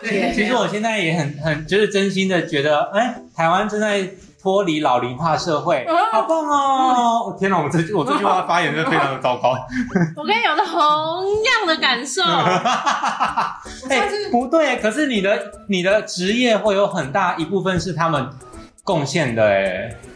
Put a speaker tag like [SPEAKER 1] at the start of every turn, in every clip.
[SPEAKER 1] 对
[SPEAKER 2] 其实我现在也很很就是真心的觉得，哎、台湾正在脱离老龄化社会，
[SPEAKER 3] 嗯
[SPEAKER 2] 好棒哦！我天哪，我这句我这句话发言真的非常的糟糕。
[SPEAKER 3] 我跟你有同样的感受，
[SPEAKER 2] 哎、
[SPEAKER 1] 上次
[SPEAKER 2] 不对，可是你的你的职业会有很大一部分是他们贡献的哎。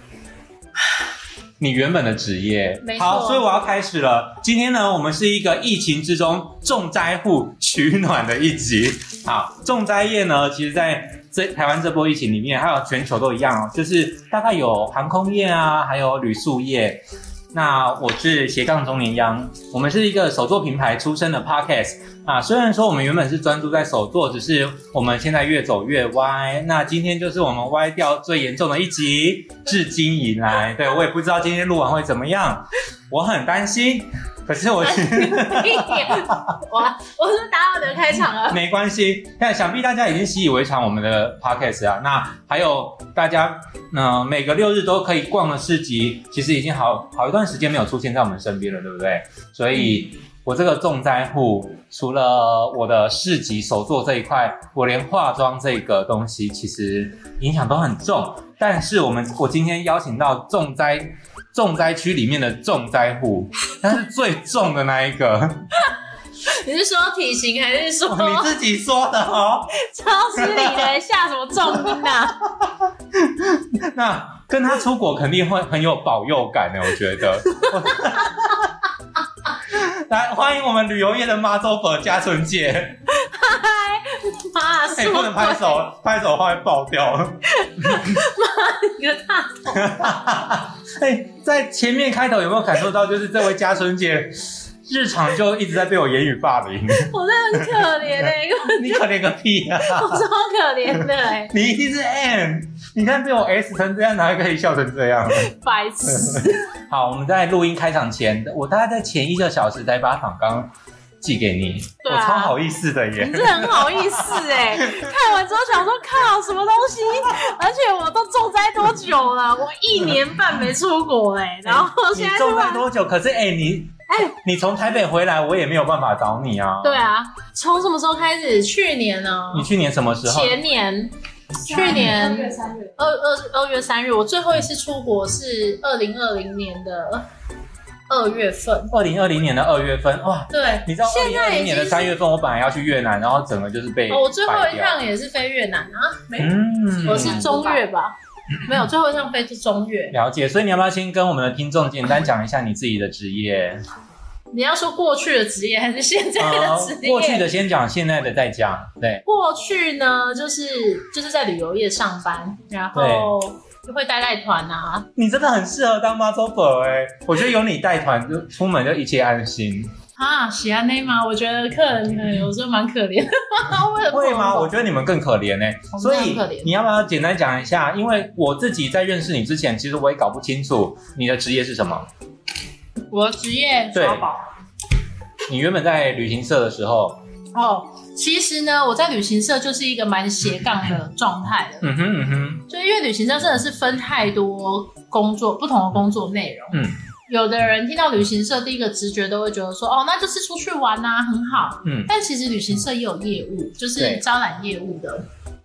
[SPEAKER 2] 你原本的职业
[SPEAKER 3] 没，错
[SPEAKER 2] 好，所以我要开始了。今天呢，我们是一个疫情之中重灾户取暖的一集。好，重灾业呢，其实在这台湾这波疫情里面，还有全球都一样哦，就是大概有航空业啊，还有旅宿业。那我是斜杠中年央，我们是一个手作品牌出身的 podcast 啊。虽然说我们原本是专注在手作，只是我们现在越走越歪。那今天就是我们歪掉最严重的一集，至今以来，对我也不知道今天录完会怎么样，我很担心。可是我
[SPEAKER 3] 一点，哇，我是不是打扰你的开场了。
[SPEAKER 2] 没关系，但想必大家已经习以为常我们的 podcast 啊。那还有大家，嗯、每个六日都可以逛的市集，其实已经好好一段时间没有出现在我们身边了，对不对？所以，我这个重灾户，除了我的市集手作这一块，我连化妆这个东西其实影响都很重。但是我们，我今天邀请到重灾。重灾区里面的重灾户，他是最重的那一个，
[SPEAKER 3] 你是说体型还是说
[SPEAKER 2] 哦你自己说的哦。
[SPEAKER 3] 超失礼的？下什么重音啊？
[SPEAKER 2] 那跟他出国肯定会很有保佑感呢，我觉得。来，欢迎我们旅游业的妈周伯嘉纯姐，
[SPEAKER 3] 妈，
[SPEAKER 2] 哎、
[SPEAKER 3] 什
[SPEAKER 2] 不
[SPEAKER 3] 么
[SPEAKER 2] 能拍
[SPEAKER 3] 鬼？
[SPEAKER 2] 手，拍手的话会爆掉。
[SPEAKER 3] 你个大
[SPEAKER 2] 哎、在前面开头有没有感受到，就是这位嘉纯姐日常就一直在被我言语霸凌，
[SPEAKER 3] 我真的很可怜哎、欸，
[SPEAKER 2] 你可怜个屁啊！
[SPEAKER 3] 我超可怜的哎、
[SPEAKER 2] 你一定是 M，你看被我 S 成这样，哪可以笑成这样？
[SPEAKER 3] 白痴！
[SPEAKER 2] 好，我们在录音开场前，我大概在前一个小时才把访纲寄给你，
[SPEAKER 3] 对
[SPEAKER 2] 我
[SPEAKER 3] 啊
[SPEAKER 2] 超好意思的耶
[SPEAKER 3] 你。这很好意思哎、看完之后想说靠什么东西，而且我都重灾多久了？我一年半没出国哎、然后
[SPEAKER 2] 你
[SPEAKER 3] 现在突
[SPEAKER 2] 中了
[SPEAKER 3] 然
[SPEAKER 2] 多久？可是哎、你
[SPEAKER 3] 哎
[SPEAKER 2] 你从台北回来，我也没有办法找你啊。
[SPEAKER 3] 对，啊，从什么时候开始？去年哦呢？
[SPEAKER 2] 你去年什么时候？
[SPEAKER 3] 前年，去
[SPEAKER 1] 三
[SPEAKER 3] 年
[SPEAKER 1] 二月三月，
[SPEAKER 3] 二二二月三日，我最后一次出国是二零二零年的二月份。
[SPEAKER 2] 二零二零年的二月份，哇！
[SPEAKER 3] 对，
[SPEAKER 2] 你知道二
[SPEAKER 3] 现
[SPEAKER 2] 零二
[SPEAKER 3] 在
[SPEAKER 2] 零
[SPEAKER 3] 已经
[SPEAKER 2] 年的
[SPEAKER 3] 是
[SPEAKER 2] 三月份，我本来要去越南，然后整个就是被
[SPEAKER 3] 哦，我最后
[SPEAKER 2] 摆
[SPEAKER 3] 一
[SPEAKER 2] 掉
[SPEAKER 3] 趟也是飞越南啊，没有，
[SPEAKER 2] 嗯，
[SPEAKER 3] 我是中越吧？没有，最后一趟飞是中越。
[SPEAKER 2] 了解，所以你要不要先跟我们的听众简单讲一下你自己的职 业？
[SPEAKER 3] 你要说过去的职业还是现在的职业？
[SPEAKER 2] 啊呃过去的先讲，现在的再讲，对。
[SPEAKER 3] 过去呢，就是就是在旅游业上班，然后会带带团啊。
[SPEAKER 2] 你真的很适合当妈祖婆哎、我觉得有你带团，就出门就一切安 心，
[SPEAKER 3] 啊，喜安内吗？我觉得客人可能有时候蛮可怜的，
[SPEAKER 2] 会吗？我
[SPEAKER 3] 觉
[SPEAKER 2] 觉得你们更可怜哎、
[SPEAKER 3] 我们
[SPEAKER 2] 所以
[SPEAKER 3] 很可怜
[SPEAKER 2] 你要不要简单讲一下？因为我自己在认识你之前，其实我也搞不清楚你的职业是什么。
[SPEAKER 3] 得我的职业
[SPEAKER 2] 对
[SPEAKER 3] 耍宝。
[SPEAKER 2] 你原本在旅行社的时候，
[SPEAKER 3] 哦，其实呢，我在旅行社就是一个蛮斜杠的状态的，
[SPEAKER 2] 嗯哼嗯哼，
[SPEAKER 3] 就因为旅行社真的是分太多工作，不同的工作内容。
[SPEAKER 2] 嗯，
[SPEAKER 3] 有的人听到旅行社，第一个直觉都会觉得说，哦，那就是出去玩啊，很好。
[SPEAKER 2] 嗯
[SPEAKER 3] 但其实旅行社也有业务，就是
[SPEAKER 2] 对
[SPEAKER 3] 招揽业务的。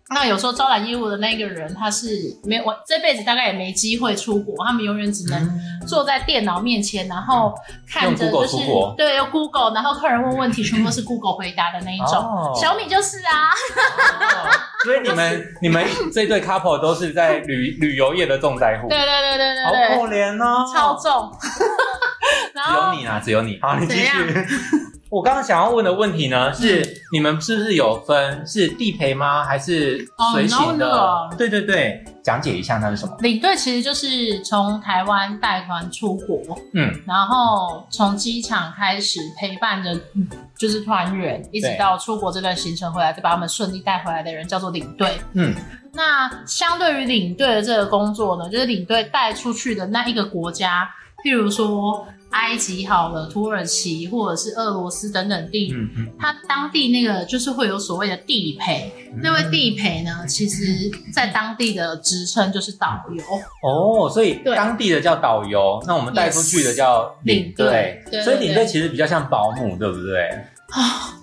[SPEAKER 3] 那有时候招揽业务的那个人，他是没我这辈子大概也没机会出国，他们永远只能坐在电脑面前，然后看着
[SPEAKER 2] 嗯用 Google
[SPEAKER 3] 就是
[SPEAKER 2] 出国
[SPEAKER 3] 对，用 Google，然后客人问问题，全 部是 Google 回答的那一种。
[SPEAKER 2] 哦
[SPEAKER 3] 小米就是啊，
[SPEAKER 2] 哦所以你们你们这对 couple 都是在旅旅游业的重灾户，
[SPEAKER 3] 对对对对
[SPEAKER 2] 好
[SPEAKER 3] 对对，
[SPEAKER 2] 可怜哦，
[SPEAKER 3] 超重。 然
[SPEAKER 2] 只有
[SPEAKER 3] 后
[SPEAKER 2] 你啊，只有你。嗯好，你继续
[SPEAKER 3] 哦怎样。
[SPEAKER 2] 我刚刚想要问的问题呢，是你们是不是有分是地陪吗，还是随行的？
[SPEAKER 3] 哦，no，no
[SPEAKER 2] 对对对，讲解一下那是什么？
[SPEAKER 3] 领队其实就是从台湾带团出国，
[SPEAKER 2] 嗯，
[SPEAKER 3] 然后从机场开始陪伴着，嗯就是团员，一直
[SPEAKER 2] 对
[SPEAKER 3] 到出国这段行程回来，再把他们顺利带回来的人叫做领队。
[SPEAKER 2] 嗯，
[SPEAKER 3] 那相对于领队的这个工作呢，就是领队带出去的那一个国家，譬如说埃及好了、土耳其或者是俄罗斯等等地，
[SPEAKER 2] 嗯嗯，
[SPEAKER 3] 它当地那个就是会有所谓的地陪。
[SPEAKER 2] 嗯
[SPEAKER 3] 那位地陪呢，其实在当地的职称就是导游。
[SPEAKER 2] 哦，所以
[SPEAKER 3] 对
[SPEAKER 2] 当地的叫导游，那我们带出去的叫领队
[SPEAKER 3] 领队对对对
[SPEAKER 2] 所以领队其实比较像保姆，对不对？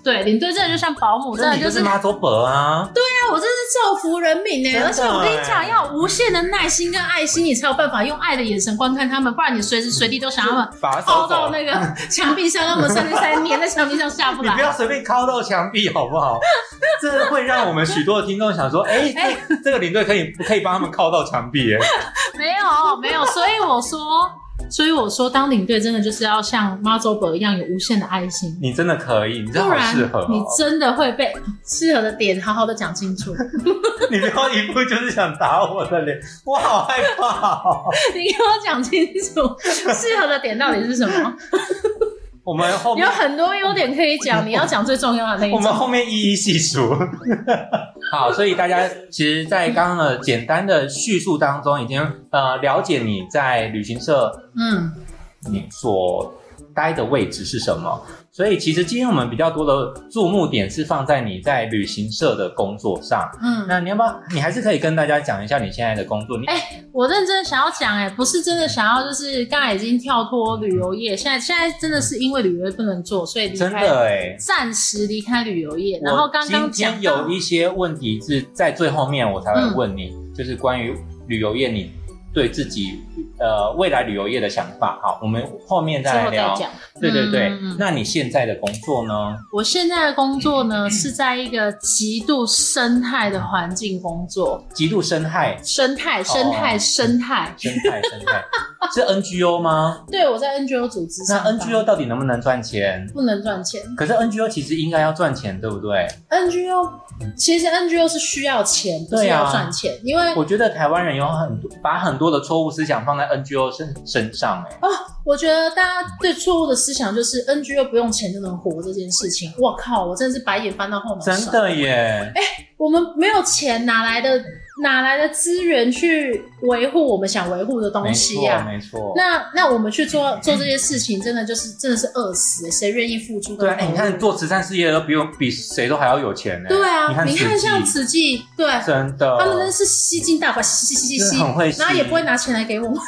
[SPEAKER 3] 对，领队真的就像保姆，真的
[SPEAKER 2] 那你就是是妈祖伯啊，
[SPEAKER 3] 啊，我真是造福人民呢、
[SPEAKER 2] 真的
[SPEAKER 3] 而且我跟你讲，
[SPEAKER 2] 欸
[SPEAKER 3] 要有无限的耐心跟爱心，你才有办法用爱的眼神观看他们，不然你随时随地都想他们
[SPEAKER 2] 把它
[SPEAKER 3] 凹
[SPEAKER 2] 收
[SPEAKER 3] 到
[SPEAKER 2] 走。
[SPEAKER 3] 那个 墙壁上，让我们三天三年在墙壁上下不
[SPEAKER 2] 你不要
[SPEAKER 3] 来。
[SPEAKER 2] 随便敲到墙壁，好不好？这会让我们许多的听众想说，哎、
[SPEAKER 3] 哎
[SPEAKER 2] 这这个领队可以可以帮他们敲到墙壁耶？
[SPEAKER 3] 没有，没有，所以我说，所以我说，当领队真的就是要像妈祖伯一样有无限的爱心，
[SPEAKER 2] 你真的可以，你真的
[SPEAKER 3] 不
[SPEAKER 2] 好
[SPEAKER 3] 然
[SPEAKER 2] 适合、
[SPEAKER 3] 你
[SPEAKER 2] 哦。
[SPEAKER 3] 真的会被适合的点好好的讲清楚。
[SPEAKER 2] 你不要一步就是想打我的脸，我好害怕、哦。
[SPEAKER 3] 你给我讲清楚，适合的点到底是什么？
[SPEAKER 2] 我们后面
[SPEAKER 3] 有很多优点可以讲，你要讲最重要的那一
[SPEAKER 2] 我
[SPEAKER 3] 种
[SPEAKER 2] 们。后面一一细数。 好，所以大家其实，在刚刚的简单的叙述当中，已经呃了解你在旅行社
[SPEAKER 3] 嗯。
[SPEAKER 2] 你所待的位置是什么。所以其实今天我们比较多的注目点是放在你在旅行社的工作上。
[SPEAKER 3] 嗯，
[SPEAKER 2] 那你要不要？你还是可以跟大家讲一下你现在的工作。你
[SPEAKER 3] 哎我认真想要讲，哎，不是真的想要，就是刚才已经跳脱旅游业，现在现在真的是因为旅游业不能做，所以离
[SPEAKER 2] 真
[SPEAKER 3] 开，
[SPEAKER 2] 的哎、
[SPEAKER 3] 暂时离开旅游业。然后刚刚
[SPEAKER 2] 我今
[SPEAKER 3] 讲
[SPEAKER 2] 天
[SPEAKER 3] 到
[SPEAKER 2] 有，一些问题是在最后面我才会问你，
[SPEAKER 3] 嗯
[SPEAKER 2] 就是关于旅游业你对自己呃未来旅游业的想法。好，我们后面
[SPEAKER 3] 之
[SPEAKER 2] 再来
[SPEAKER 3] 后再
[SPEAKER 2] 聊。
[SPEAKER 3] 讲。
[SPEAKER 2] 对对对，
[SPEAKER 3] 嗯嗯嗯
[SPEAKER 2] 那你现在的工作 呢？
[SPEAKER 3] 我现在的工作呢，是在一个极度生态的环境工作，
[SPEAKER 2] 极度生态，
[SPEAKER 3] 生态、生态、
[SPEAKER 2] 哦生
[SPEAKER 3] 生态。
[SPEAKER 2] 态，生态 是 NGO 吗？
[SPEAKER 3] 对，我在 NGO 组织上
[SPEAKER 2] 那
[SPEAKER 3] 班
[SPEAKER 2] NGO 到底能不能赚钱？
[SPEAKER 3] 不能赚钱
[SPEAKER 2] 可是 NGO 其实应该要赚钱，对不对？
[SPEAKER 3] ，NGO 其实 NGO 是需要钱，不是
[SPEAKER 2] 对啊
[SPEAKER 3] 要赚钱，因为
[SPEAKER 2] 我觉得台湾人有很多把很多的错误思想放在 NGO 身身上、
[SPEAKER 3] 哦
[SPEAKER 2] 哎，
[SPEAKER 3] 我觉得大家对错误的思想就是 NGO 不用钱就能活这件事情，我靠，我真的是啊哎白眼翻到后脑勺。
[SPEAKER 2] 真，的耶，
[SPEAKER 3] 我们没有钱，哪来的哪来的资源去维护我们想维护的东
[SPEAKER 2] 没
[SPEAKER 3] 西
[SPEAKER 2] 错，
[SPEAKER 3] 呀、
[SPEAKER 2] 没错。
[SPEAKER 3] 那那我们去做做这些事情，真的就是真的是饿死、欸谁愿意付出
[SPEAKER 2] 对
[SPEAKER 3] 跟
[SPEAKER 2] 啊，
[SPEAKER 3] 投
[SPEAKER 2] 哎、
[SPEAKER 3] 入？
[SPEAKER 2] 你看做慈善事业的比我比谁都还要有钱呢、
[SPEAKER 3] 对啊，
[SPEAKER 2] 你看
[SPEAKER 3] 你看
[SPEAKER 2] 慈济
[SPEAKER 3] 像慈济，对
[SPEAKER 2] 真的，
[SPEAKER 3] 他们真的是吸金大法，吸吸吸吸
[SPEAKER 2] 真
[SPEAKER 3] 吸
[SPEAKER 2] 的，很会吸，
[SPEAKER 3] 然后也不会拿钱来给我们，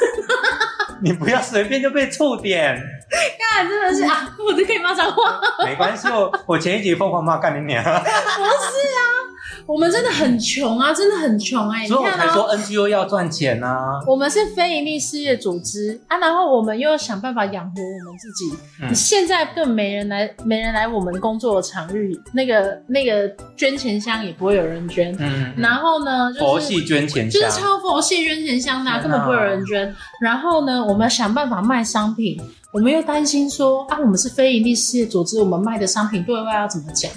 [SPEAKER 2] 你不要随便就被触点，
[SPEAKER 3] 看真的是啊，我都可以骂脏话。
[SPEAKER 2] 没关系，我我前一集疯狂骂干你娘，
[SPEAKER 3] 哎 我们真的很穷啊，真的很穷哎、你
[SPEAKER 2] 所以我
[SPEAKER 3] 看
[SPEAKER 2] 才
[SPEAKER 3] 啊，
[SPEAKER 2] 说 NGO 要赚钱啊。
[SPEAKER 3] 我们是非营利事业组织啊，然后我们又想办法养活我们自己。
[SPEAKER 2] 嗯
[SPEAKER 3] 你现在更没人来，没人来我们工作的场域，那个那个捐钱箱也不会有人捐。
[SPEAKER 2] 嗯，
[SPEAKER 3] 然后呢，就是
[SPEAKER 2] 佛系捐钱
[SPEAKER 3] 就是
[SPEAKER 2] 箱，嗯
[SPEAKER 3] 超佛系捐钱箱的啊、
[SPEAKER 2] 天
[SPEAKER 3] 根
[SPEAKER 2] 哪
[SPEAKER 3] 本不会有人捐。然后呢，我们想办法卖商品，我们又担心说啊，我们是非营利事业组织，我们卖的商品对外要怎么讲？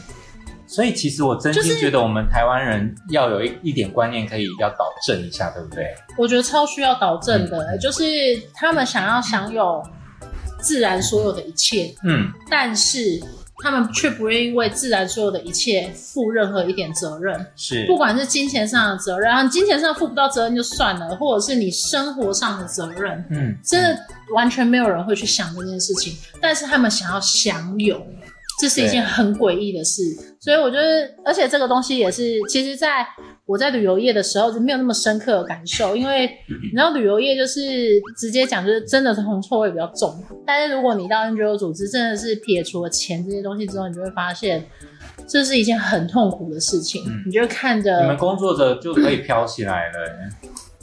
[SPEAKER 2] 所以其实我真
[SPEAKER 3] 就
[SPEAKER 2] 心
[SPEAKER 3] 是
[SPEAKER 2] 觉得我们台湾人要有一一点观念，可以要导正一下，对不对？
[SPEAKER 3] 我觉得超需要导正的、
[SPEAKER 2] 嗯
[SPEAKER 3] 就是他们想要享有自然所有的一切，
[SPEAKER 2] 嗯，
[SPEAKER 3] 但是他们却不愿意为自然所有的一切负任何一点责任，
[SPEAKER 2] 是
[SPEAKER 3] 不管是金钱上的责任，然后金钱上负不到责任就算了，或者是你生活上的责任，
[SPEAKER 2] 嗯，
[SPEAKER 3] 真的完全没有人会去想这件事情，但是他们想要享有。这是一件很诡异的事，所以我觉得，而且这个东西也是，其实在我在旅游业的时候就没有那么深刻的感受，因为
[SPEAKER 2] 嗯
[SPEAKER 3] 你知道旅游业就是直接讲，就是真的是铜臭味比较重。但是如果你到 NGO 组织，真的是撇除了钱这些东西之后，你就会发现这是一件很痛苦的事情。
[SPEAKER 2] 嗯
[SPEAKER 3] 你就会看
[SPEAKER 2] 你们
[SPEAKER 3] 着，
[SPEAKER 2] 工作着就可以飘起来了、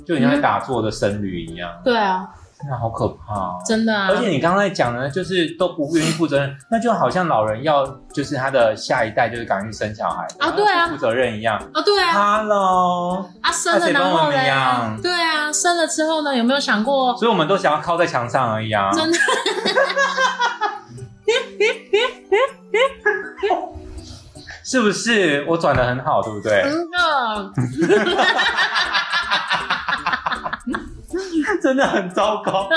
[SPEAKER 2] 就你
[SPEAKER 3] 嗯
[SPEAKER 2] 像打坐的僧侣一样，
[SPEAKER 3] 对啊，
[SPEAKER 2] 那好可怕、哦。
[SPEAKER 3] 真的啊，
[SPEAKER 2] 而且你刚才讲的，就是都不愿意负责任， 那就好像老人要就是他的下一代就是赶快去生小孩
[SPEAKER 3] 啊对啊
[SPEAKER 2] 不负责任一样。
[SPEAKER 3] 啊，对啊，
[SPEAKER 2] Hello，
[SPEAKER 3] 啊，生
[SPEAKER 2] 那
[SPEAKER 3] 了
[SPEAKER 2] 谁
[SPEAKER 3] 然
[SPEAKER 2] 帮我
[SPEAKER 3] 后
[SPEAKER 2] 们
[SPEAKER 3] 呢
[SPEAKER 2] 养？
[SPEAKER 3] 对啊，生了之后呢，有没有想过？
[SPEAKER 2] 所以我们都想要靠在墙上而已啊。
[SPEAKER 3] 真的，
[SPEAKER 2] 是不是？我转的很好，对不对？
[SPEAKER 3] 真的，
[SPEAKER 2] 真的很糟 糕。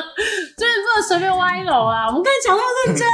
[SPEAKER 3] 真的不能随便歪楼啊！我们刚才讲到认真，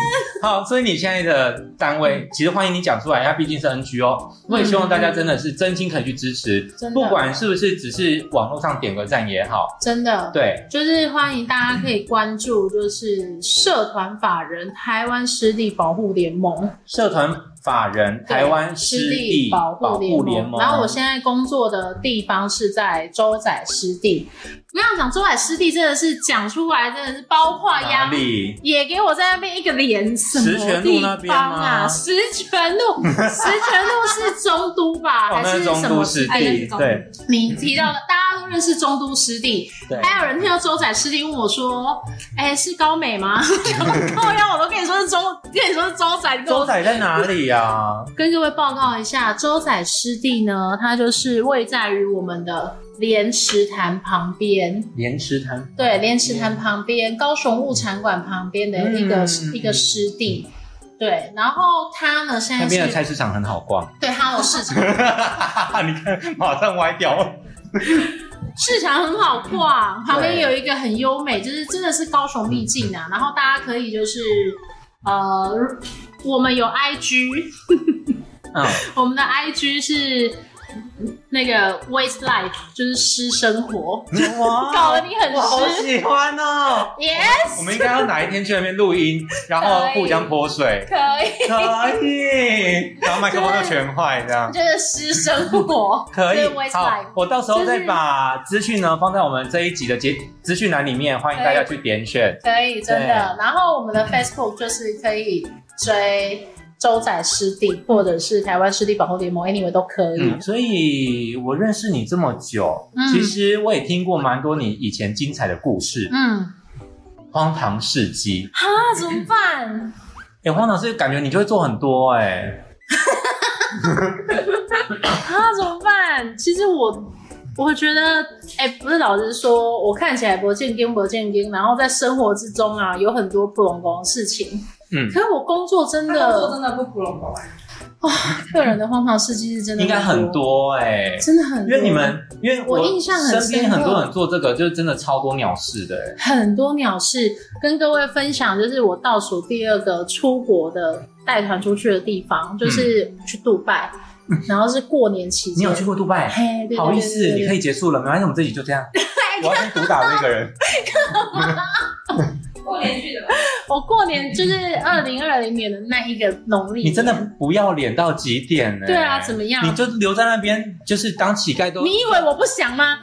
[SPEAKER 2] 好，所以你现在的单
[SPEAKER 3] 嗯
[SPEAKER 2] 位，其实欢迎你讲出来，它毕竟是 NGO，我也希望大家真的是真心可以去支持，
[SPEAKER 3] 真的
[SPEAKER 2] 不管是不是只是网络上点个赞也好，
[SPEAKER 3] 真的，
[SPEAKER 2] 对，
[SPEAKER 3] 就是欢迎大家可以关注，就是社团法人台湾湿地保护联盟。
[SPEAKER 2] 社团法人台湾湿
[SPEAKER 3] 湿
[SPEAKER 2] 地
[SPEAKER 3] 地
[SPEAKER 2] 保
[SPEAKER 3] 保
[SPEAKER 2] 护
[SPEAKER 3] 护
[SPEAKER 2] 联
[SPEAKER 3] 联
[SPEAKER 2] 盟。
[SPEAKER 3] 盟。然后我现在工作的地方是在洲仔湿地。不要讲洲仔湿地，真的是讲出来真的是包括
[SPEAKER 2] 哪
[SPEAKER 3] 鸭
[SPEAKER 2] 里？
[SPEAKER 3] 也给我在那边一个连什
[SPEAKER 2] 石泉
[SPEAKER 3] 么
[SPEAKER 2] 路
[SPEAKER 3] 地
[SPEAKER 2] 那边
[SPEAKER 3] 方
[SPEAKER 2] 吗
[SPEAKER 3] 啊？石泉路，石泉路是中都吧，
[SPEAKER 2] 哦，
[SPEAKER 3] 还
[SPEAKER 2] 那
[SPEAKER 3] 是
[SPEAKER 2] 中
[SPEAKER 3] 什
[SPEAKER 2] 都
[SPEAKER 3] 么
[SPEAKER 2] 湿
[SPEAKER 3] 湿
[SPEAKER 1] 哎
[SPEAKER 2] 地，
[SPEAKER 1] 那是中
[SPEAKER 2] 对
[SPEAKER 3] 你提到的，大家都认识中都湿地，
[SPEAKER 2] 对。
[SPEAKER 3] 还有人听到周仔师弟问我说：“哎、是高美吗？” 靠呀，我都跟你说是中，跟你说是周仔，你跟
[SPEAKER 2] 洲
[SPEAKER 3] 我
[SPEAKER 2] 仔在哪里啊？
[SPEAKER 3] 跟各位报告一下，周仔湿地呢，它就是位在于我们的莲池潭旁边，
[SPEAKER 2] 莲池潭。
[SPEAKER 3] 对，莲池潭旁边，高雄物产馆旁边的一个、
[SPEAKER 2] 嗯
[SPEAKER 3] 一个湿地。对，然后它呢现
[SPEAKER 2] 那
[SPEAKER 3] 在
[SPEAKER 2] 边的
[SPEAKER 3] 是
[SPEAKER 2] 菜市场很好逛，
[SPEAKER 3] 对它有市 场。
[SPEAKER 2] 你看马上歪
[SPEAKER 3] 啊
[SPEAKER 2] 掉。
[SPEAKER 3] 市场很好逛，旁边
[SPEAKER 2] 对
[SPEAKER 3] 有一个很优美，就是真的是高雄秘境啊。然后大家可以就是，呃，我们有 IG，
[SPEAKER 2] 嗯，
[SPEAKER 3] 我们的 IG 是那个 Waste Life，就是诗生活。
[SPEAKER 2] 哇
[SPEAKER 3] 搞得你很
[SPEAKER 2] 我好
[SPEAKER 3] 湿
[SPEAKER 2] 喜欢哦。
[SPEAKER 3] Yes，
[SPEAKER 2] 我们应该要哪一天去那边录音，然后互相泼水，
[SPEAKER 3] 可以，
[SPEAKER 2] 可以，然后麦克风就全坏这样。
[SPEAKER 3] 就是诗生活，
[SPEAKER 2] 可以
[SPEAKER 3] 就是 Waste，
[SPEAKER 2] 好
[SPEAKER 3] Life。，
[SPEAKER 2] 我到时候再
[SPEAKER 3] 就是
[SPEAKER 2] 把资讯呢放在我们这一集的节资讯栏里面，欢迎大家去点选。
[SPEAKER 3] 可以，真
[SPEAKER 2] 对嗯
[SPEAKER 3] 的。然后我们的 Facebook 就是可以追周仔湿地，或者是台湾湿地保护联盟，anyway 都可以。
[SPEAKER 2] 嗯，所以我认识你这么久，
[SPEAKER 3] 嗯
[SPEAKER 2] 其实我也听过蛮多你以前精彩的故事，
[SPEAKER 3] 嗯，
[SPEAKER 2] 荒唐事迹。
[SPEAKER 3] 哈、怎么办？
[SPEAKER 2] 哎、荒唐事感觉你就会做很多哎、
[SPEAKER 3] 啊，怎么办？其实我我觉得，哎、不是老实说，我看起来不健康不健康，然后在生活之中啊，有很多不拢公的事情。
[SPEAKER 2] 嗯
[SPEAKER 3] 可是我工作真
[SPEAKER 1] 他工作
[SPEAKER 3] 的，
[SPEAKER 1] 真的不普龙宝哎，
[SPEAKER 3] 个人的荒唐事迹是真的
[SPEAKER 2] 应该很
[SPEAKER 3] 多，
[SPEAKER 2] 多哎、
[SPEAKER 3] 真的很
[SPEAKER 2] 因
[SPEAKER 3] 多。
[SPEAKER 2] 为你们，因为
[SPEAKER 3] 我印象很深刻
[SPEAKER 2] 身边很多人做这个，就是真的超多鸟事的、欸。
[SPEAKER 3] 很多鸟事跟各位分享，就是我倒数第二个出国的带团出去的地方，就是去杜拜，然后是过年期
[SPEAKER 2] 嗯
[SPEAKER 3] 间。
[SPEAKER 2] 你有去过杜拜？
[SPEAKER 3] 嘿，对对对对
[SPEAKER 2] 好意思，
[SPEAKER 3] 对对哎
[SPEAKER 2] 你可以结束了，没关系，我们这集就 这样。我要先毒打那个人。
[SPEAKER 1] 过年去的，
[SPEAKER 3] 我过年就是二零二零年的那一个农历年，
[SPEAKER 2] 你真的不要脸到极点呢、
[SPEAKER 3] 对啊？怎
[SPEAKER 2] 么
[SPEAKER 3] 么样？
[SPEAKER 2] 你就留在那边，就是当乞丐都。
[SPEAKER 3] 你以为我不想吗？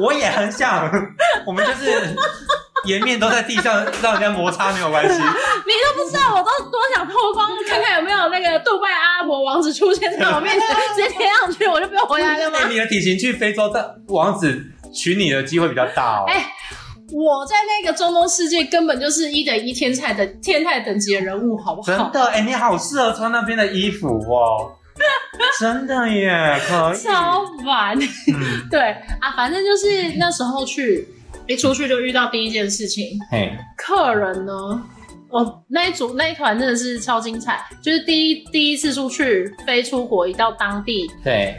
[SPEAKER 2] 我也很想， 我们就是颜面都在地上，让人家摩擦没有关系。
[SPEAKER 3] 啊你都不知道，我都多想脱光，看看有没有那个杜拜阿拉伯王子出现在 我面前，直接贴上去， 我就不用回来了吗？
[SPEAKER 2] 哎你的体型去非洲的王子娶你的机会比较大哦。
[SPEAKER 3] 哎我在那个中东世界根本就是一等一天才的天才等级的人物，好不
[SPEAKER 2] 真
[SPEAKER 3] 好？
[SPEAKER 2] 的，哎、你好适合穿那边的衣服 哦，真的耶，可以。
[SPEAKER 3] 超烦。
[SPEAKER 2] 嗯，
[SPEAKER 3] 对啊，反正就是那时候去，一出去就遇到第一件事情，
[SPEAKER 2] 嘿，
[SPEAKER 3] 客人呢，哦，那一组那一团真的是超精彩，就是第一第一次出去飞出国，一到当地，
[SPEAKER 2] 对，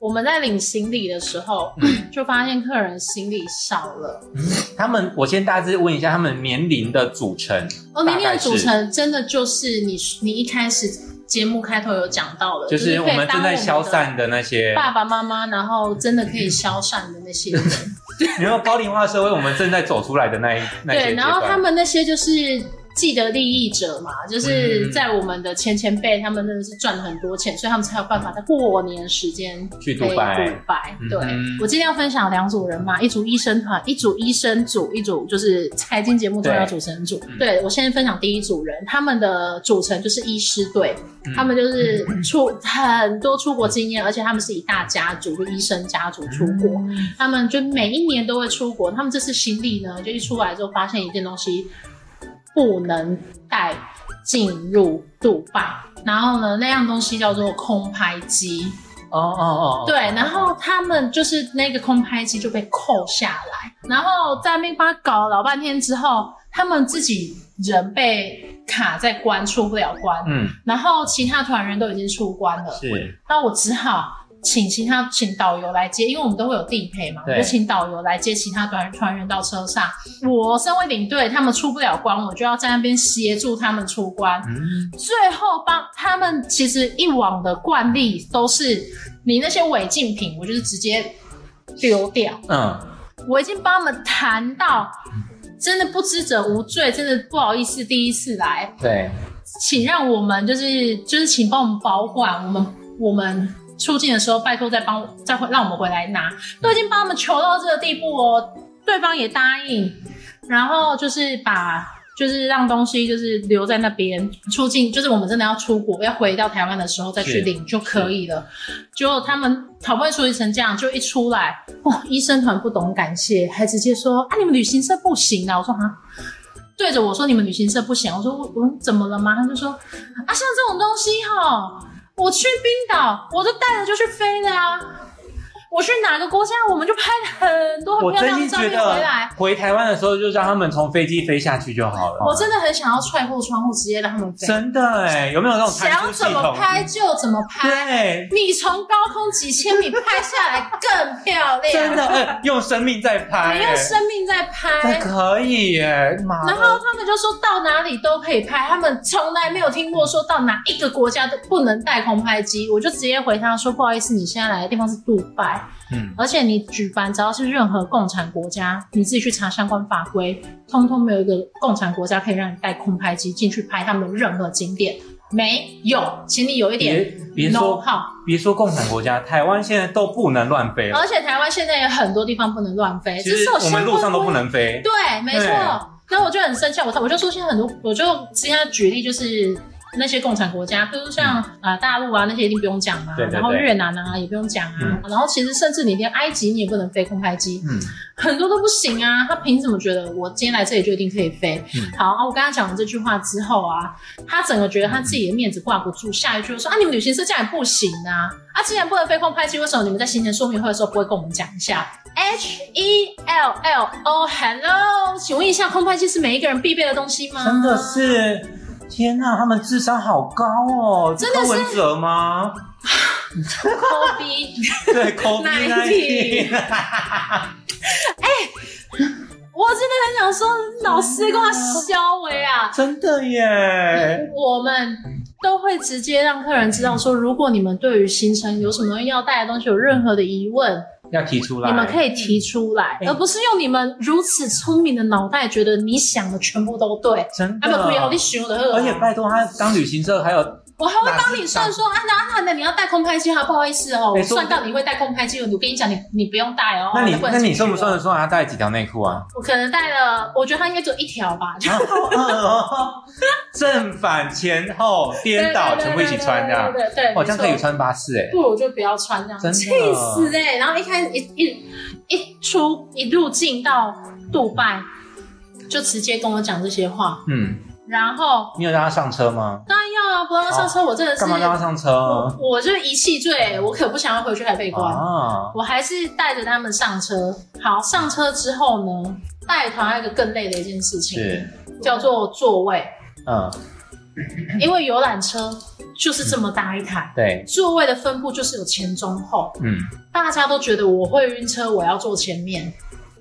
[SPEAKER 3] 我们在领行李的时候，就发现客人行李少了。
[SPEAKER 2] 嗯他们，我先大致问一下他们年龄的组成。
[SPEAKER 3] 哦，那天
[SPEAKER 2] 大概
[SPEAKER 3] 的
[SPEAKER 2] 是
[SPEAKER 3] 组成真的就是你你一开始节目开头有讲到的，
[SPEAKER 2] 就
[SPEAKER 3] 就是
[SPEAKER 2] 我
[SPEAKER 3] 可以
[SPEAKER 2] 们
[SPEAKER 3] 当
[SPEAKER 2] 正在消散的那
[SPEAKER 3] 我
[SPEAKER 2] 些
[SPEAKER 3] 们的，爸爸妈妈，然后真的可以消散的那些人。
[SPEAKER 2] 你说高龄化社会，我们正在走出来的那一那些
[SPEAKER 3] 对，
[SPEAKER 2] 阶
[SPEAKER 3] 然后他
[SPEAKER 2] 段。
[SPEAKER 3] 们那些就是既得利益者嘛，
[SPEAKER 2] 嗯
[SPEAKER 3] 就是在我们的前前辈，他们真的是赚了很多钱，所以他们才有办法在过年时间
[SPEAKER 2] 去
[SPEAKER 3] 飞
[SPEAKER 2] 杜拜
[SPEAKER 3] 杜拜
[SPEAKER 2] 嗯
[SPEAKER 3] 对、我今天要分享两组人嘛，一组医生团，一组医生组，一组就是财经节目重要主持人组。
[SPEAKER 2] 嗯
[SPEAKER 3] 对我先分享第一组人，他们的组成就是医师队，
[SPEAKER 2] 嗯
[SPEAKER 3] 他们就是出很多出国经验，而且他们是一大家族，就医生家族出
[SPEAKER 2] 嗯
[SPEAKER 3] 国。他们就每一年都会出国。他们这次行李呢，就一出来之后发现一件东西不能带进入杜拜，然后呢，那样东西叫做空拍机。
[SPEAKER 2] 哦哦哦，
[SPEAKER 3] 对，然后他们就是那个空拍机就被扣下来，然后在那边帮他搞了老半天之后，他们自己人被卡在关，出不了关，
[SPEAKER 2] 嗯，
[SPEAKER 3] 然后其他团员都已经出关了。
[SPEAKER 2] 是
[SPEAKER 3] 那我只好请其他请导游来接，因为我们都会有地陪嘛，
[SPEAKER 2] 对
[SPEAKER 3] 我就请导游来接其他团团员到车上。我身为领队，他们出不了关，我就要在那边协助他们出关。
[SPEAKER 2] 嗯，
[SPEAKER 3] 最后帮他们，其实以往的惯例都是你那些违禁品，我就是直接丢掉。
[SPEAKER 2] 嗯，
[SPEAKER 3] 我已经帮他们谈到真的不知者无罪，真的不好意思，第一次来，
[SPEAKER 2] 对，
[SPEAKER 3] 请让我们就是就是请帮我们保管我们我们出境的时候，拜托再帮我再回让我们回来拿，都已经帮我们求到这个地步哦，对方也答应，然后就是把。就是让东西就是留在那边，出境就是我们真的要出国要回到台湾的时候再去
[SPEAKER 2] 是
[SPEAKER 3] 领就可以了。结果他们好不容易处理成这样，就一出来，哇！医生团不懂感谢，还直接说啊，你们旅行社不行啊！我说啊，对着我说你们旅行社不行，我说我我怎么了吗？他就说啊，像这种东西哈，我去冰岛我都带着就去飞的啊，我去哪个国家我们就拍了很多很
[SPEAKER 2] 我
[SPEAKER 3] 哦漂
[SPEAKER 2] 真
[SPEAKER 3] 亮
[SPEAKER 2] 心
[SPEAKER 3] 的照
[SPEAKER 2] 觉
[SPEAKER 3] 片
[SPEAKER 2] 得
[SPEAKER 3] 回来。
[SPEAKER 2] 回台湾的时候就让他们从飞机飞下去就好了。
[SPEAKER 3] 我真的很想要踹破窗户，直接让他们飞，
[SPEAKER 2] 真的哎，有没有那种
[SPEAKER 3] 想
[SPEAKER 2] 弹
[SPEAKER 3] 要
[SPEAKER 2] 出系
[SPEAKER 3] 怎么
[SPEAKER 2] 统？
[SPEAKER 3] 拍就怎么拍。
[SPEAKER 2] 对，
[SPEAKER 3] 你从高空几千米拍下来更漂亮，
[SPEAKER 2] 真的哎，用生命在拍，
[SPEAKER 3] 啊你用
[SPEAKER 2] 哎
[SPEAKER 3] 生命在拍
[SPEAKER 2] 这。可以耶，妈
[SPEAKER 3] 然
[SPEAKER 2] 的，
[SPEAKER 3] 后他们就说到哪里都可以拍，他们从来没有听过说到哪一个国家都不能带空拍机。我就直接回他说，不好意思，你现在来的地方是杜拜，
[SPEAKER 2] 嗯，
[SPEAKER 3] 而且你举办只要是任何共产国家，你自己去查相关法规，通通没有一个共产国家可以让你带空拍机进去拍他们任何景点，没有，请你有一
[SPEAKER 2] 别
[SPEAKER 3] 点
[SPEAKER 2] 别
[SPEAKER 3] know
[SPEAKER 2] 说
[SPEAKER 3] how。
[SPEAKER 2] 别说共产国家，台湾现在都不能乱飞了，
[SPEAKER 3] 而且台湾现在有很多地方不能乱飞，
[SPEAKER 2] 其
[SPEAKER 3] 这
[SPEAKER 2] 实
[SPEAKER 3] 呃是有
[SPEAKER 2] 我
[SPEAKER 3] 相
[SPEAKER 2] 们
[SPEAKER 3] 关
[SPEAKER 2] 路上都
[SPEAKER 3] 规
[SPEAKER 2] 不能飞，
[SPEAKER 3] 对，没
[SPEAKER 2] 对
[SPEAKER 3] 错。那我就很生气，我我就说现在很多，我就现在举例就是那些共产国家，比如像啊、呃大陆啊那些一定不用讲啊，
[SPEAKER 2] 嗯对对对
[SPEAKER 3] 然后越南啊也不用讲啊，
[SPEAKER 2] 嗯
[SPEAKER 3] 然后其实甚至你连埃及你也不能飞空拍机，
[SPEAKER 2] 嗯，
[SPEAKER 3] 很多都不行啊。他凭什么觉得我今天来这里就一定可以飞？
[SPEAKER 2] 嗯
[SPEAKER 3] 好啊，我跟他讲完这句话之后啊，他整个觉得他自己的面子挂不住，下一句就说啊你们旅行社这样也不行啊，啊既然不能飞空拍机，为什么你们在行前说明会的时候不会跟我们讲一下？H E L L O Hello，请问一下，空拍机是每一个人必备的东西吗？
[SPEAKER 2] 真的，是。天呐、他们智商好高哦！
[SPEAKER 3] 真的是
[SPEAKER 2] 是柯文哲吗？
[SPEAKER 3] 科比，
[SPEAKER 2] 对，COVID
[SPEAKER 3] 19我真的很想说，老师跟我消维啊，
[SPEAKER 2] 真的耶！
[SPEAKER 3] 我们都会直接让客人知道说，如果你们对于行程有什么要带的东西有任何的疑问，
[SPEAKER 2] 要提出来，
[SPEAKER 3] 你们可以提出来，
[SPEAKER 2] 哎
[SPEAKER 3] 而不是用你们如此聪明的脑袋觉得你想的全部都对。
[SPEAKER 2] 真的
[SPEAKER 3] 他们不要你想的，啊
[SPEAKER 2] 而且拜托他当旅行社还有
[SPEAKER 3] 我还会帮你算说啊，那那那你要带空拍机哈，不好意思哦，
[SPEAKER 2] 哎
[SPEAKER 3] 我
[SPEAKER 2] 说
[SPEAKER 3] 算到你会带空拍机，我跟你讲，你你不用带哦。
[SPEAKER 2] 那你
[SPEAKER 3] 不能
[SPEAKER 2] 那你
[SPEAKER 3] 进去哦
[SPEAKER 2] 算不算得？出来他带几条内裤啊？
[SPEAKER 3] 我可能带了，我觉得他应该只有一条吧，就
[SPEAKER 2] 然后呃正反前后颠倒全部一起穿这样
[SPEAKER 3] 对，对对对，
[SPEAKER 2] 哦，这样可以
[SPEAKER 3] 没错。
[SPEAKER 2] 穿巴士哎，
[SPEAKER 3] 不如我就不要穿这样，
[SPEAKER 2] 真的
[SPEAKER 3] 气死哎、然后一开始一一一出一入境到杜拜，就直接跟我讲这些话，
[SPEAKER 2] 嗯，
[SPEAKER 3] 然后
[SPEAKER 2] 你有让他上车吗？
[SPEAKER 3] 当然要啊，不让他上车，我真的是
[SPEAKER 2] 哦干嘛让他上车？
[SPEAKER 3] 我我就一气醉，我可不想要回去海被关。
[SPEAKER 2] 啊，
[SPEAKER 3] 我还是带着他们上车。好，上车之后呢，带团还有一个更累的一件事情，
[SPEAKER 2] 是，
[SPEAKER 3] 叫做座位，
[SPEAKER 2] 嗯，
[SPEAKER 3] 因为游览车就是这么大一台，
[SPEAKER 2] 对，
[SPEAKER 3] 座位的分布就是有前中后，
[SPEAKER 2] 嗯，
[SPEAKER 3] 大家都觉得我会晕车，我要坐前面，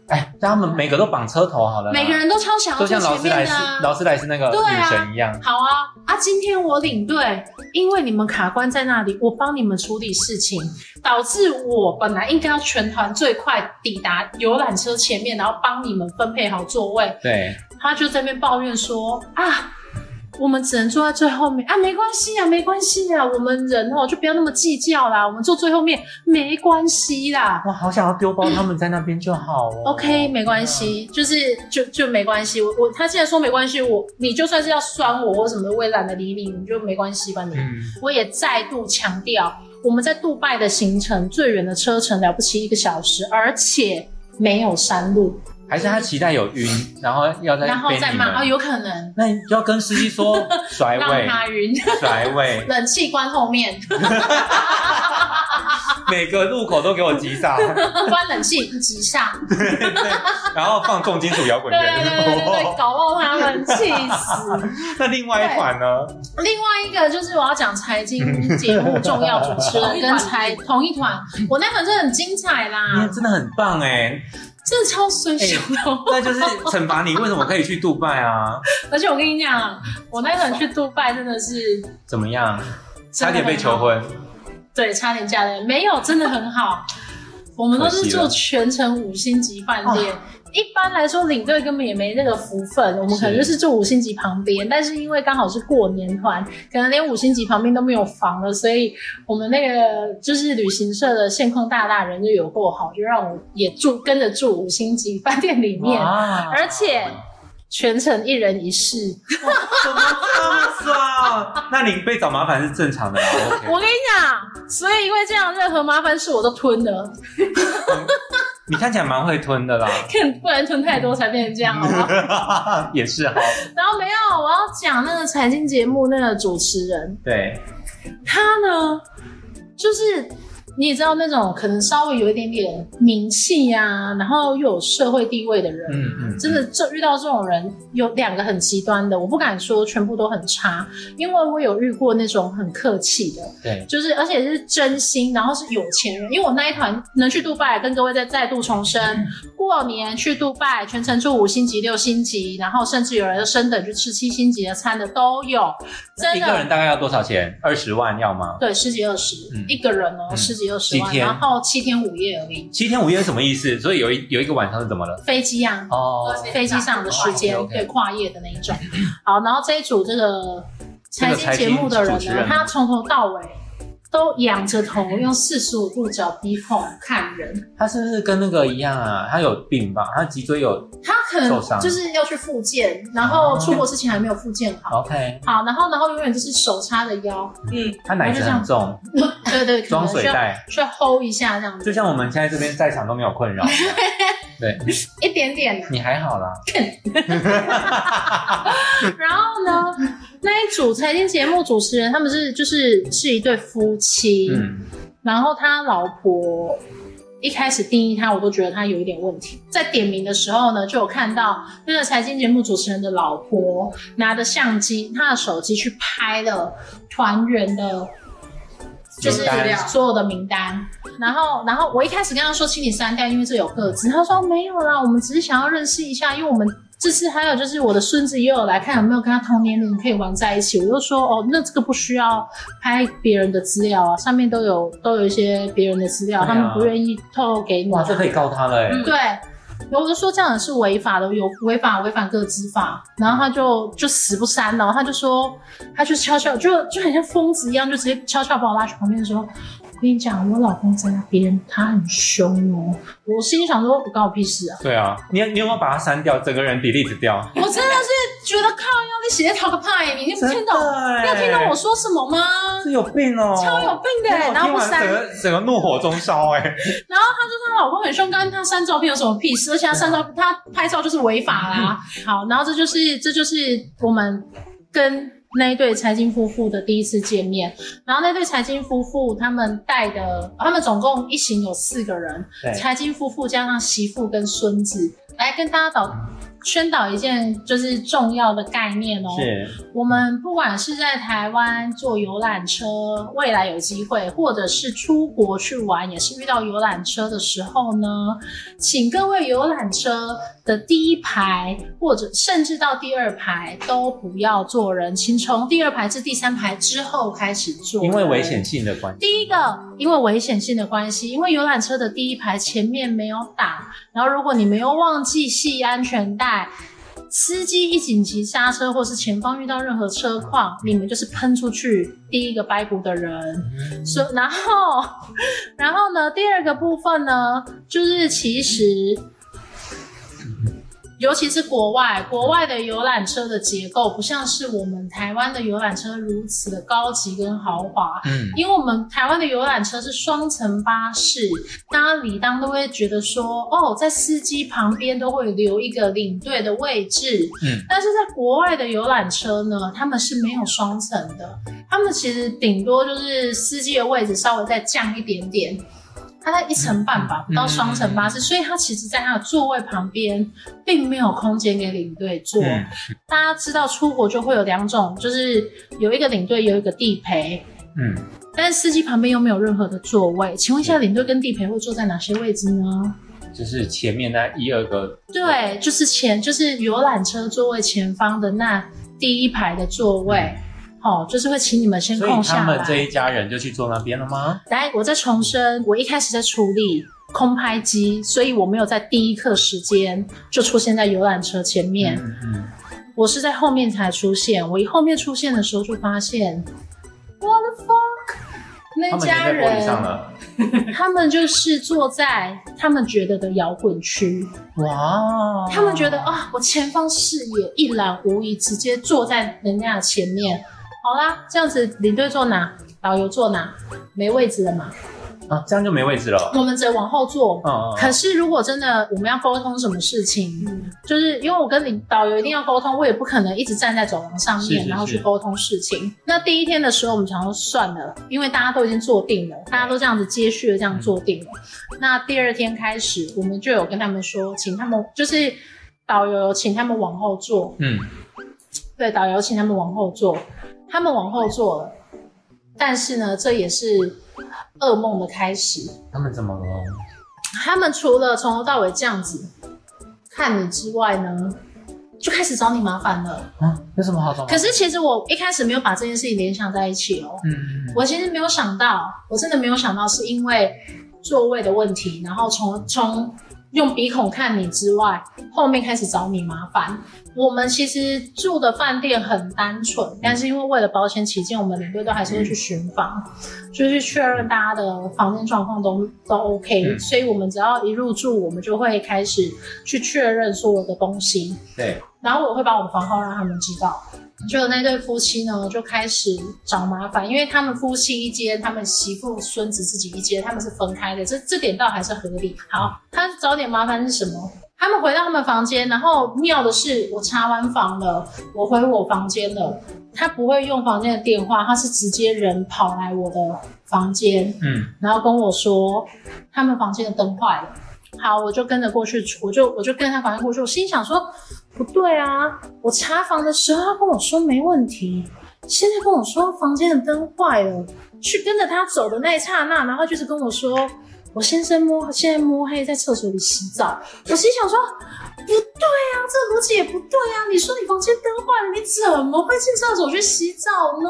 [SPEAKER 2] 哎，让他们每个都绑车头好了啦，
[SPEAKER 3] 每个人都超想要
[SPEAKER 2] 都
[SPEAKER 3] 坐
[SPEAKER 2] 啊像劳
[SPEAKER 3] 前
[SPEAKER 2] 斯莱
[SPEAKER 3] 面的、
[SPEAKER 2] 斯
[SPEAKER 3] 啊。
[SPEAKER 2] 劳斯莱斯那个
[SPEAKER 3] 对啊
[SPEAKER 2] 女神一样，
[SPEAKER 3] 好啊啊！今天我领队，因为你们卡关在那里，我帮你们处理事情，导致我本来应该要全团最快抵达游览车前面，然后帮你们分配好座位，
[SPEAKER 2] 对，
[SPEAKER 3] 他就在那边抱怨说啊，我们只能坐在最后面啊，没关系啊，没关系啊，我们人哦就不要那么计较啦，我们坐最后面没关系啦。
[SPEAKER 2] 哇，好想要丢包他们在那边就好哦啊
[SPEAKER 3] OK，没关系，就是就就没关系。我我他既然说没关系，我你就算是要酸我或什么的，我也懒得理你，你就没关系吧你。
[SPEAKER 2] 嗯，
[SPEAKER 3] 我也再度强调，我们在杜拜的行程最远的车程了不起一个小时，而且没有山路，
[SPEAKER 2] 还是他脐带有晕，然后要在
[SPEAKER 3] 然后
[SPEAKER 2] 被
[SPEAKER 3] 再
[SPEAKER 2] 你
[SPEAKER 3] 骂哦，
[SPEAKER 2] 们，
[SPEAKER 3] 有可能
[SPEAKER 2] 那你就要跟司机说 甩
[SPEAKER 3] 让
[SPEAKER 2] 尾，
[SPEAKER 3] 他晕。
[SPEAKER 2] 甩尾，
[SPEAKER 3] 冷气关后面，
[SPEAKER 2] 每个路口都给我急 刹，
[SPEAKER 3] 关冷气急刹，
[SPEAKER 2] 然后放重金属摇滚
[SPEAKER 3] 对对对对 对对，
[SPEAKER 2] 乐。
[SPEAKER 3] 搞爆他们，气死！
[SPEAKER 2] 那另外一款呢？
[SPEAKER 3] 另外一个就是我要讲财经节目重要主持人跟财同一团，我那款真的很精彩啦
[SPEAKER 2] 你，真的很棒
[SPEAKER 3] 嗯
[SPEAKER 2] 哎，
[SPEAKER 3] 真的超水手的。
[SPEAKER 2] 那就是惩罚你为什么可以去杜拜啊？
[SPEAKER 3] 而且我跟你讲，我那款去杜拜真的是
[SPEAKER 2] 怎么样？差点被求， 婚，
[SPEAKER 3] 对，差点嫁人，没有，真的很好。我们都是
[SPEAKER 2] 可惜
[SPEAKER 3] 住
[SPEAKER 2] 了
[SPEAKER 3] 全程五星级饭店，一般来说，领队根本也没那个福分，我们可能就是住五星级旁边，但是因为刚好是过年团，可能连五星级旁边都没有房了，所以我们那个就是旅行社的线控大大人就有够好，就让我也住跟着住五星级饭店里面，
[SPEAKER 2] 哇
[SPEAKER 3] 而且全程一人一室。
[SPEAKER 2] 怎么这么爽？那你被找麻烦是正常 的啦，OK。
[SPEAKER 3] 我跟你讲，所以因为这样，任何麻烦事我都吞了，
[SPEAKER 2] 你看起来蛮会吞的啦，
[SPEAKER 3] 看不然吞太多才变成这样，好 吗？
[SPEAKER 2] 也是哈。
[SPEAKER 3] 然后没有，我要讲那个财经节目那个主持人，
[SPEAKER 2] 对，
[SPEAKER 3] 他呢，就是你也知道那种可能稍微有一点点名气啊，然后又有社会地位的人，
[SPEAKER 2] 嗯嗯，
[SPEAKER 3] 真的这遇到这种人有两个很极端的，我不敢说全部都很差，因为我有遇过那种很客气的，
[SPEAKER 2] 对，
[SPEAKER 3] 就是而且是真心，然后是有钱人。因为我那一团能去杜拜，跟各位再再度重
[SPEAKER 2] 嗯
[SPEAKER 3] 申，过年去杜拜全程住五星级、六星级，然后甚至有人升等去吃七星级的餐的都有，真
[SPEAKER 2] 一个人
[SPEAKER 3] 的。
[SPEAKER 2] 大概要多少钱？二十万要吗？
[SPEAKER 3] 对，十几二十、
[SPEAKER 2] 嗯
[SPEAKER 3] 一个人哦，
[SPEAKER 2] 嗯
[SPEAKER 3] 十几二十万，
[SPEAKER 2] 几天
[SPEAKER 3] 然后七天五夜而已。
[SPEAKER 2] 七天五夜是什么意思？所以有一有一个晚上是怎么了？
[SPEAKER 3] 飞机啊，
[SPEAKER 2] 哦，
[SPEAKER 3] 飞机上的时间，
[SPEAKER 2] OK，OK
[SPEAKER 3] 对，跨夜的那一种。好，然后这一组这个财经节目的人
[SPEAKER 2] 这个财经主持
[SPEAKER 3] 呢，
[SPEAKER 2] 人
[SPEAKER 3] 他从头到尾都仰着头，用四十五度角逼迫看人。
[SPEAKER 2] 他是不是跟那个一样啊？他有病吧？他脊椎有
[SPEAKER 3] 他可
[SPEAKER 2] 受伤哦
[SPEAKER 3] 能就是要去复健，然后出国之前还没有复健好。
[SPEAKER 2] OK，
[SPEAKER 3] 好，然后然后永远就是手叉着 腰，
[SPEAKER 1] 嗯，
[SPEAKER 2] 他奶子很重，
[SPEAKER 3] 对对，可
[SPEAKER 2] 装
[SPEAKER 3] 能
[SPEAKER 2] 水
[SPEAKER 3] 需要
[SPEAKER 2] 袋，
[SPEAKER 3] 需要 hold 一下这样
[SPEAKER 2] 就
[SPEAKER 3] 子，
[SPEAKER 2] 像我们现在这边在场都没有困扰。
[SPEAKER 3] 嗯
[SPEAKER 2] 对
[SPEAKER 3] 一点点啊。
[SPEAKER 2] 你还好啦，
[SPEAKER 3] 然后呢，那一组财经节目主持人他们是就是是一对夫妻，
[SPEAKER 2] 嗯，
[SPEAKER 3] 然后他老婆一开始定义他，我都觉得他有一点问题。在点名的时候呢，就有看到那个财经节目主持人的老婆拿着相机，他的手机去拍了团员的，就是
[SPEAKER 2] 名单
[SPEAKER 3] 所有的名单。然后，然后我一开始跟他说，请你删掉，因为这有个字。他说没有啦，我们只是想要认识一下，因为我们这次还有就是我的孙子也有来看有没有跟他同年龄可以玩在一起。我就说哦，那这个不需要拍别人的资料啊，上面都有都有一些别人的资料，
[SPEAKER 2] 对啊
[SPEAKER 3] 他们不愿意透露给你。
[SPEAKER 2] 嗯哇，这可以告他了哎。
[SPEAKER 1] 嗯
[SPEAKER 3] 对，然后我就说这样也是违法的，有违法违反各自法，然后他就就死不删，然后他就说，他就悄悄就就很像疯子一样，就直接悄悄把我拉去旁边说。我跟你讲，我老公在那边，他很凶哦。我心里想说，我关我屁事啊！
[SPEAKER 2] 对啊，你你有没有把它删掉？整个人 delete 掉？
[SPEAKER 3] 我真的是觉得靠，要你写讨个派，你听不
[SPEAKER 2] 真
[SPEAKER 3] 懂？
[SPEAKER 2] 的
[SPEAKER 3] 你
[SPEAKER 2] 耶
[SPEAKER 3] 有听懂我说什么吗？
[SPEAKER 2] 是有病哦，
[SPEAKER 3] 超有病的耶、
[SPEAKER 2] 我
[SPEAKER 3] 然后
[SPEAKER 2] 听
[SPEAKER 3] 不
[SPEAKER 2] 完
[SPEAKER 3] 删
[SPEAKER 2] 整，个整个怒火中烧哎。
[SPEAKER 3] 然后她就说她老公很凶，干她删照片有什么屁事？而且她删照，她拍照就是违法啦。
[SPEAKER 2] 嗯
[SPEAKER 3] 好，然后这就是这就是我们跟那一对财经夫妇的第一次见面。然后那对财经夫妇他们带的，他们总共一行有四个人，
[SPEAKER 2] 对
[SPEAKER 3] 财经夫妇加上媳妇跟孙子，来跟大家导宣导一件就是重要的概念哦。
[SPEAKER 2] 是，
[SPEAKER 3] 我们不管是在台湾坐游览车，未来有机会，或者是出国去玩，也是遇到游览车的时候呢，请各位游览车的第一排，或者甚至到第二排都不要坐人，请从第二排至第三排之后开始坐，
[SPEAKER 2] 因为危险。性的关系。
[SPEAKER 3] 第一个，因为危险性的关系，因为游览车的第一排前面没有打，然后如果你没有忘记系安全带，司机一紧急刹车或是前方遇到任何车况，你们就是喷出去第一个掰骨的人。
[SPEAKER 2] 嗯
[SPEAKER 3] 所然后，然后呢，第二个部分呢，就是其实。尤其是国外，国外的游览车的结构不像是我们台湾的游览车如此的高级跟豪华，
[SPEAKER 2] 嗯，
[SPEAKER 3] 因为我们台湾的游览车是双层巴士，大家理当都会觉得说，哦，在司机旁边都会留一个领队的位置。
[SPEAKER 2] 嗯，
[SPEAKER 3] 但是在国外的游览车呢，他们是没有双层的，他们其实顶多就是司机的位置稍微再降一点点。它在一层半吧，不
[SPEAKER 2] 嗯
[SPEAKER 3] 到双层巴士，所以它其实在它的座位旁边并没有空间给领队坐。
[SPEAKER 2] 嗯
[SPEAKER 3] 大家知道出国就会有两种，就是有一个领队，有一个地陪。
[SPEAKER 2] 嗯，
[SPEAKER 3] 但是司机旁边又没有任何的座位，请问一下，领队跟地陪会坐在哪些位置呢？
[SPEAKER 2] 嗯就是前面那一二个，
[SPEAKER 3] 对，就是前就是游览车座位前方的那第一排的座位，哦，就是会请你们先
[SPEAKER 2] 所
[SPEAKER 3] 空
[SPEAKER 2] 以他
[SPEAKER 3] 下
[SPEAKER 2] 们这
[SPEAKER 3] 来。
[SPEAKER 2] 一家人就去坐那边了吗？
[SPEAKER 3] 来，我再重申，我一开始在处理空拍机，所以我没有在第一刻时间就出现在游览车前面。
[SPEAKER 2] 嗯嗯，
[SPEAKER 3] 我是在后面才出现。我一后面出现的时候，就发现，what the fuck，
[SPEAKER 2] 他
[SPEAKER 3] 那
[SPEAKER 2] 们已经
[SPEAKER 3] 家
[SPEAKER 2] 在玻璃上
[SPEAKER 3] 人
[SPEAKER 2] 了，
[SPEAKER 3] 他们就是坐在他们觉得的摇滚区，
[SPEAKER 2] 哇，
[SPEAKER 3] 他们觉得啊，我前方视野一览无遗，直接坐在人家的前面。好啦，这样子领队坐哪，导游坐哪，没位置了嘛，
[SPEAKER 2] 啊，这样就没位置了，
[SPEAKER 3] 我们只能往后坐。
[SPEAKER 2] 嗯嗯，
[SPEAKER 3] 可是如果真的我们要沟通什么事情，
[SPEAKER 1] 嗯
[SPEAKER 3] 就是因为我跟领导游一定要沟通，我也不可能一直站在走廊上面，
[SPEAKER 2] 是是
[SPEAKER 3] 然后去
[SPEAKER 2] 是
[SPEAKER 3] 沟通事情。那第一天的时候，我们想说算了，因为大家都已经坐定了，大家都这样子接续的这
[SPEAKER 2] 嗯
[SPEAKER 3] 样坐定了。那第二天开始，我们就有跟他们说，请他们就是导游有请他们往后坐，
[SPEAKER 2] 嗯，
[SPEAKER 3] 对，导游请他们往后坐，他们往后坐了，但是呢，这也是噩梦的开始。
[SPEAKER 2] 他们怎么了？
[SPEAKER 3] 他们除了从头到尾这样子看你之外呢，就开始找你麻烦了。
[SPEAKER 2] 啊，有什么好找吗？
[SPEAKER 3] 可是其实我一开始没有把这件事情联想在一起哦，
[SPEAKER 2] 嗯，嗯，嗯
[SPEAKER 3] 我其实没有想到，我真的没有想到是因为座位的问题，然后从从用鼻孔看你之外，后面开始找你麻烦。我们其实住的饭店很单纯，但是因为为了保险起见，我们领队都还是会去巡房，就是确认大家的房间状况都都 OK，、
[SPEAKER 2] 嗯
[SPEAKER 3] 所以我们只要一入住，我们就会开始去确认所有的东西。
[SPEAKER 2] 对，
[SPEAKER 3] 然后我会把我的房号让他们知道。就有那对夫妻呢，就开始找麻烦，因为他们夫妻一间，他们媳妇孙子自己一间，他们是分开的，这这点倒还是合理。好，他找点麻烦是什么？他们回到他们房间，然后妙的是，我查完房了，我回我房间了，他不会用房间的电话，他是直接人跑来我的房间，
[SPEAKER 2] 嗯，
[SPEAKER 3] 然后跟我说他们房间的灯坏了。好，我就跟着过去，我就我就跟他房间过去。我心想说，不对啊，我查房的时候他跟我说没问题，现在跟我说房间的灯坏了。去跟着他走的那一刹那，然后就是跟我说，我先生摸现在摸黑在厕所里洗澡。我心想说，不对啊，这逻辑也不对啊。你说你房间灯坏了，你怎么会进厕所去洗澡呢？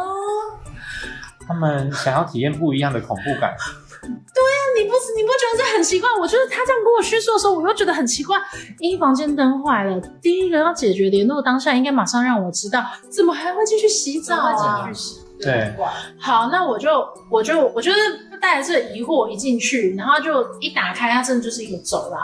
[SPEAKER 2] 他们想要体验不一样的恐怖感，
[SPEAKER 3] 你不你不觉得这很奇怪？我觉得他这样跟我叙述的时候，我又觉得很奇怪。一房间灯坏了，第一个要解决联络当下，应该马上让我知道，怎么还会继续洗澡啊？
[SPEAKER 2] 对，
[SPEAKER 1] 嗯
[SPEAKER 3] 好，那我就我就我就是带着这疑惑一进去，然后就一打开，它真的就是一个走廊。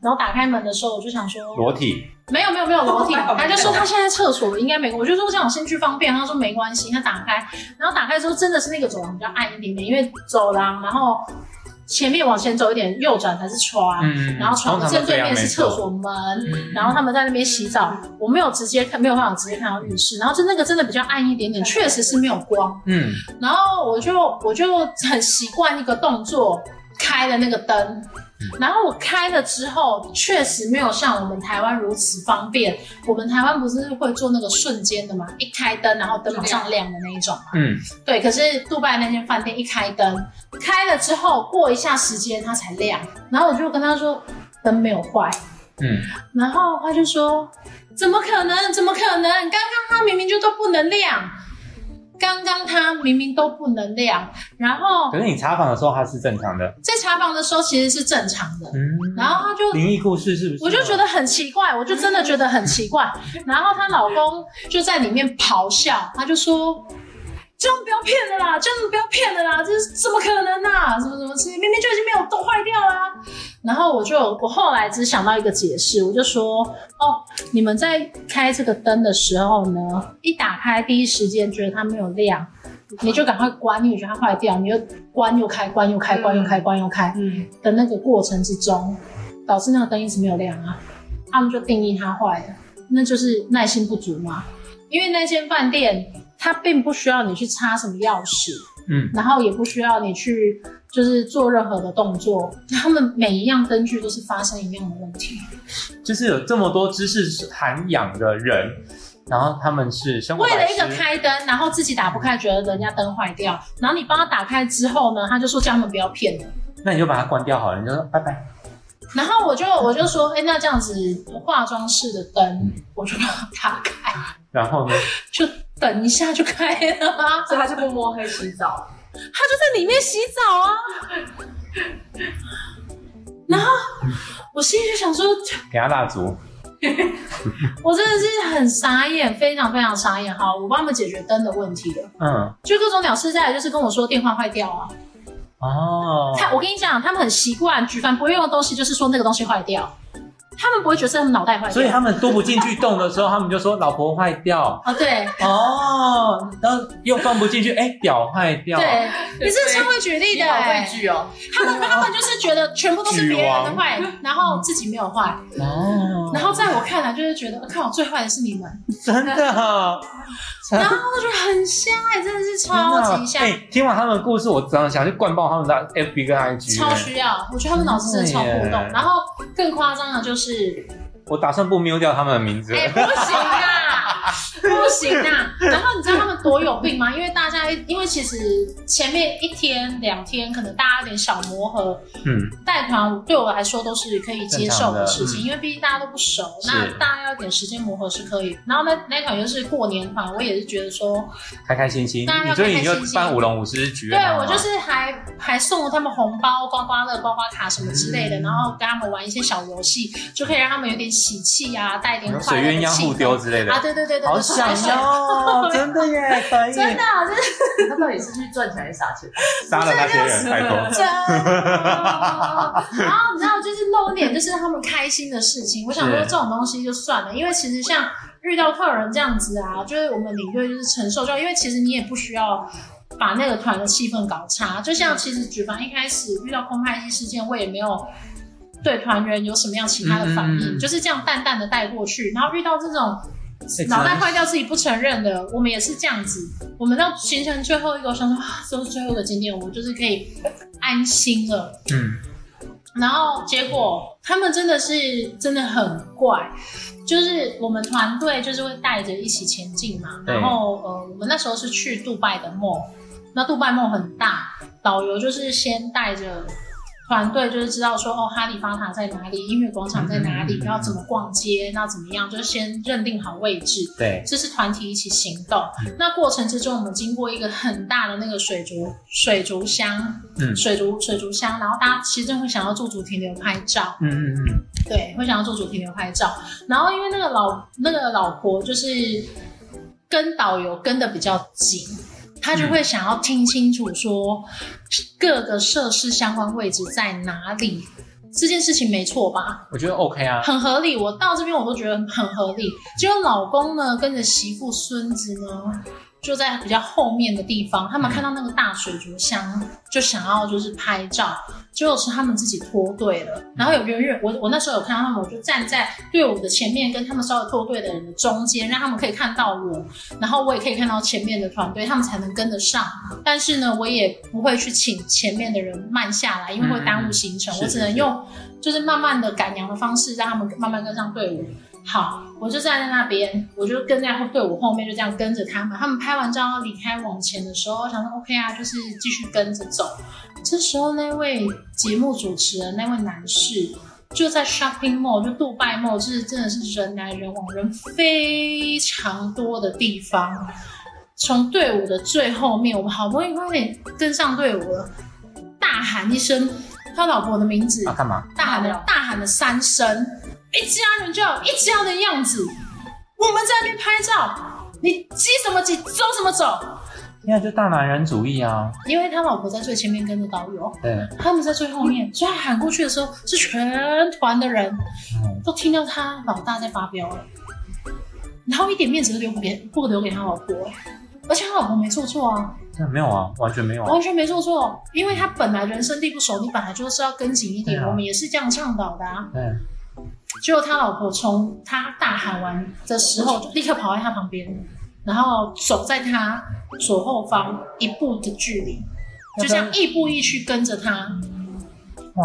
[SPEAKER 3] 然后打开门的时候，我就想说，
[SPEAKER 2] 裸体，
[SPEAKER 3] 没有没有没有 楼梯，
[SPEAKER 1] 哦
[SPEAKER 3] 他就说他现在在厕所应该没，我就说这样我先去方便，他说没关系，他打开，然后打开之后真的是那个走廊比较暗一点点，因为走廊，然后前面往前走一点，右转才是床，
[SPEAKER 2] 嗯，
[SPEAKER 3] 然后床的
[SPEAKER 2] 通常
[SPEAKER 3] 正
[SPEAKER 2] 都这
[SPEAKER 3] 对
[SPEAKER 2] 样
[SPEAKER 3] 面是
[SPEAKER 2] 没
[SPEAKER 3] 厕
[SPEAKER 2] 错
[SPEAKER 3] 所门。
[SPEAKER 2] 嗯
[SPEAKER 3] 然后他们在那边洗澡，我没有直接看，没有办法直接看到浴室。然后就那个真的比较暗一点点，确实是没有光。
[SPEAKER 2] 嗯，
[SPEAKER 3] 然后我就我就很习惯一个动作，开了那个灯。然后我开了之后，确实没有像我们台湾如此方便。我们台湾不是会做那个瞬间的嘛，一开灯，然后灯马上亮的那一种嘛。
[SPEAKER 2] 嗯，
[SPEAKER 3] 对，可是杜拜那间饭店一开灯，开了之后过一下时间它才亮。然后我就跟他说灯没有坏，
[SPEAKER 2] 嗯，
[SPEAKER 3] 然后他就说：“怎么可能？怎么可能？刚刚他明明就都不能亮，刚刚他明明都不能亮。然后
[SPEAKER 2] 可是你查访的时候它是正常的，
[SPEAKER 3] 在查房的时候其实是正常的，
[SPEAKER 2] 嗯，
[SPEAKER 3] 然后他就
[SPEAKER 2] 灵异故事是不是？
[SPEAKER 3] 我就觉得很奇怪，我就真的觉得很 奇怪。然后她老公就在里面咆哮，他就说：“这样不要骗了啦，这样不要骗了啦，这是怎么可能啊？什么什么事情，明明就已经没有都坏掉啦、然后我就我后来只想到一个解释，我就说：“哦，你们在开这个灯的时候呢，一打开第一时间觉得它没有亮。”你就赶快关，你觉得它坏掉，你就关又开，关又开，关又开，关又开。
[SPEAKER 1] 嗯，
[SPEAKER 3] 的那个过程之中，导致那个灯一直没有亮啊，他们就定义它坏了，那就是耐心不足嘛。因为那间饭店它并不需要你去插什么钥匙，
[SPEAKER 2] 嗯，
[SPEAKER 3] 然后也不需要你去就是做任何的动作，他们每一样灯具都是发生一样的问题。
[SPEAKER 2] 就是有这么多知识涵养的人，然后他们是生活
[SPEAKER 3] 为
[SPEAKER 2] 白
[SPEAKER 3] 了
[SPEAKER 2] 痴
[SPEAKER 3] 一个开灯，然后自己打不开，觉得人家灯坏掉，然后你帮他打开之后呢，他就说叫他们不要骗人。
[SPEAKER 2] 那你就把它关掉好了，你就说拜拜。
[SPEAKER 3] 然后我就我就说，哎、那这样子化妆室的灯，我就把它打开。
[SPEAKER 2] 然后呢，
[SPEAKER 3] 就等一下就开了啊，
[SPEAKER 1] 所以他就不摸黑洗澡，
[SPEAKER 3] 他就在里面洗澡啊。我心里就想说，
[SPEAKER 2] 给他蜡烛，
[SPEAKER 3] 我真的是很傻眼，非常非常傻眼。好，我帮他们解决灯的问题了，
[SPEAKER 2] 嗯，
[SPEAKER 3] 就各种鸟事在来，就是跟我说电话坏掉啊。
[SPEAKER 2] 哦，
[SPEAKER 3] 他，我跟你讲，他们很习惯举凡不会用的东西，就是说那个东西坏掉，他们不会觉得是他们脑袋坏 掉。
[SPEAKER 2] 所以他们都不进去动的时候，他们就说老婆坏掉，
[SPEAKER 3] 哦，对
[SPEAKER 2] 哦，然后又放不进去，哎，表坏掉，
[SPEAKER 3] 对，你这
[SPEAKER 1] 对
[SPEAKER 3] 超会举例
[SPEAKER 1] 你
[SPEAKER 3] 的、
[SPEAKER 1] 好会
[SPEAKER 3] 欸，
[SPEAKER 1] 举哦，
[SPEAKER 3] 他们他们就是觉得全部都是别人的坏，然后自己没有坏，
[SPEAKER 2] 哦，
[SPEAKER 3] 然后在我看来就是觉得，看我最坏的 是你们，
[SPEAKER 2] 真 的，真的
[SPEAKER 3] 然后我觉得很瞎哎、真的是超级瞎，
[SPEAKER 2] 哎，听完他们的故事，我真的想去灌爆他们的 FB 跟 IG，
[SPEAKER 3] 超需要，我觉得他们脑子真的超活
[SPEAKER 2] 真的
[SPEAKER 3] 动
[SPEAKER 2] 耶。
[SPEAKER 3] 然后更夸张的就是，
[SPEAKER 2] 我打算不瞄掉他们的名字，
[SPEAKER 3] 哎、不行啊，不行啊。然后你知道他们多有病吗？因为大家因为其实前面一天两天可能大家有点小磨合，
[SPEAKER 2] 嗯，
[SPEAKER 3] 带团对我来说都是可以接受的事情，因为毕竟大家都不熟，
[SPEAKER 2] 是
[SPEAKER 3] 那大家要点时间磨合是可以。然后那那团又是过年团，我也是觉得说，
[SPEAKER 2] 开开心心，
[SPEAKER 3] 当然
[SPEAKER 2] 你
[SPEAKER 3] 要
[SPEAKER 2] 所以你就
[SPEAKER 3] 开开心心
[SPEAKER 2] 办舞龙舞狮局，
[SPEAKER 3] 对我就是还还送了他们红包、刮刮乐、刮刮卡什么之类的，
[SPEAKER 2] 嗯
[SPEAKER 3] 然后跟他们玩一些小游戏，就可以让他们有点喜气啊，带一点
[SPEAKER 2] 水
[SPEAKER 3] 快乐
[SPEAKER 2] 鸳
[SPEAKER 3] 的
[SPEAKER 2] 鸯
[SPEAKER 3] 气
[SPEAKER 2] 互
[SPEAKER 3] 氛
[SPEAKER 2] 丢之类的
[SPEAKER 3] 啊，，对对对对，
[SPEAKER 2] 好
[SPEAKER 3] 就是
[SPEAKER 2] 想要，真的耶，可以，
[SPEAKER 3] 真的
[SPEAKER 1] 啊
[SPEAKER 3] 真的
[SPEAKER 1] 他到底是去赚钱还是撒钱？
[SPEAKER 2] 杀了那些人，拜托。
[SPEAKER 3] 真 的。然后你知道，就是露脸，就是他们开心的事情。我想说
[SPEAKER 2] 是
[SPEAKER 3] 这种东西就算了，因为其实像遇到客人这样子啊，就是我们领队就是承受就好，因为其实你也不需要。把那个团的气氛搞差，就像其实举凡一开始遇到空拍机事件，我也没有对团员有什么样其他的反应，
[SPEAKER 2] 嗯
[SPEAKER 3] 就是这样淡淡的带过去。然后遇到这种
[SPEAKER 2] 哎
[SPEAKER 3] 脑袋坏掉自己不承认的，我们也是这样子。我们到行程最后一个，我想说啊，这是最后一个景点，我就是可以安心了。
[SPEAKER 2] 嗯，
[SPEAKER 3] 然后结果他们真的是真的很怪，就是我们团队就是会带着一起前进嘛。
[SPEAKER 2] 对
[SPEAKER 3] 然后呃，我们那时候是去杜拜的梦，那杜拜梦很大，导游就是先带着。团队就是知道说哦，哈利法塔在哪里，音乐广场在哪
[SPEAKER 2] 嗯
[SPEAKER 3] 里
[SPEAKER 2] 嗯嗯，嗯
[SPEAKER 3] 要怎么逛街，那怎么样，就是先认定好位置。
[SPEAKER 2] 对，
[SPEAKER 3] 这是团体一起行动。那过程之中，我们经过一个很大的那个水族水族箱，
[SPEAKER 2] 嗯
[SPEAKER 3] 水族水族箱，然后大家其实会想要做主题留拍照，
[SPEAKER 2] 嗯嗯嗯，
[SPEAKER 3] 对，会想要做主题留拍照。然后因为那个老那个老婆就是跟导游跟的比较紧。她就会想要听清楚说各个设施相关位置在哪里，这件事情没错吧？
[SPEAKER 2] 我觉得 OK 啊，
[SPEAKER 3] 很合理。我到这边我都觉得很合理。结果老公呢，跟着媳妇、孙子呢，就在比较后面的地方，他们看到那个大水族箱，就想要就是拍照。结果是他们自己脱队了，然后有远远我我那时候有看到他们，我就站在队伍的前面，跟他们稍微脱队的人的中间，让他们可以看到我，然后我也可以看到前面的团队，他们才能跟得上。但是呢，我也不会去请前面的人慢下来，因为会耽误行程，
[SPEAKER 2] 嗯
[SPEAKER 3] 我
[SPEAKER 2] 是是
[SPEAKER 3] 只能
[SPEAKER 2] 是
[SPEAKER 3] 用就是慢慢的赶羊的方式，让他们慢慢跟上队伍。好，我就站在那边，我就跟在队伍后面，就这样跟着他们。他们拍完照要离开往前的时候，我想说 OK 啊，就是继续跟着走。这时候那位节目主持人那位男士就在 shopping mall，就杜拜 mall，就是真的是人来人往，人非常多的地方。从队伍的最后面，我们好不容易快点跟上队伍了，大喊一声他老婆的名字，
[SPEAKER 2] 啊干嘛？
[SPEAKER 3] 大喊了大喊了三声，一家人就有一家的样子。我们在那边拍照，你急什么急，走什么走？
[SPEAKER 2] 现在就大男人主义啊，
[SPEAKER 3] 因为他老婆在最前面跟着导游，
[SPEAKER 2] 对，
[SPEAKER 3] 他们在最后面，所以他喊过去的时候，是全团的人
[SPEAKER 2] 嗯
[SPEAKER 3] 都听到他老大在发飙了，然后一点面子都留不给不留给他老婆、而且他老婆没做错啊，
[SPEAKER 2] 但没有啊，完全没有啊，
[SPEAKER 3] 完全没做错，因为他本来人生地不熟，你本来就是要跟紧一点，
[SPEAKER 2] 对啊
[SPEAKER 3] 我们也是这样倡导的啊。
[SPEAKER 2] 对，
[SPEAKER 3] 结果他老婆从他大喊完的时候，就立刻跑在他旁边，然后走在他左后方一步的距离，就这样亦步亦趋跟着他。
[SPEAKER 2] 哇，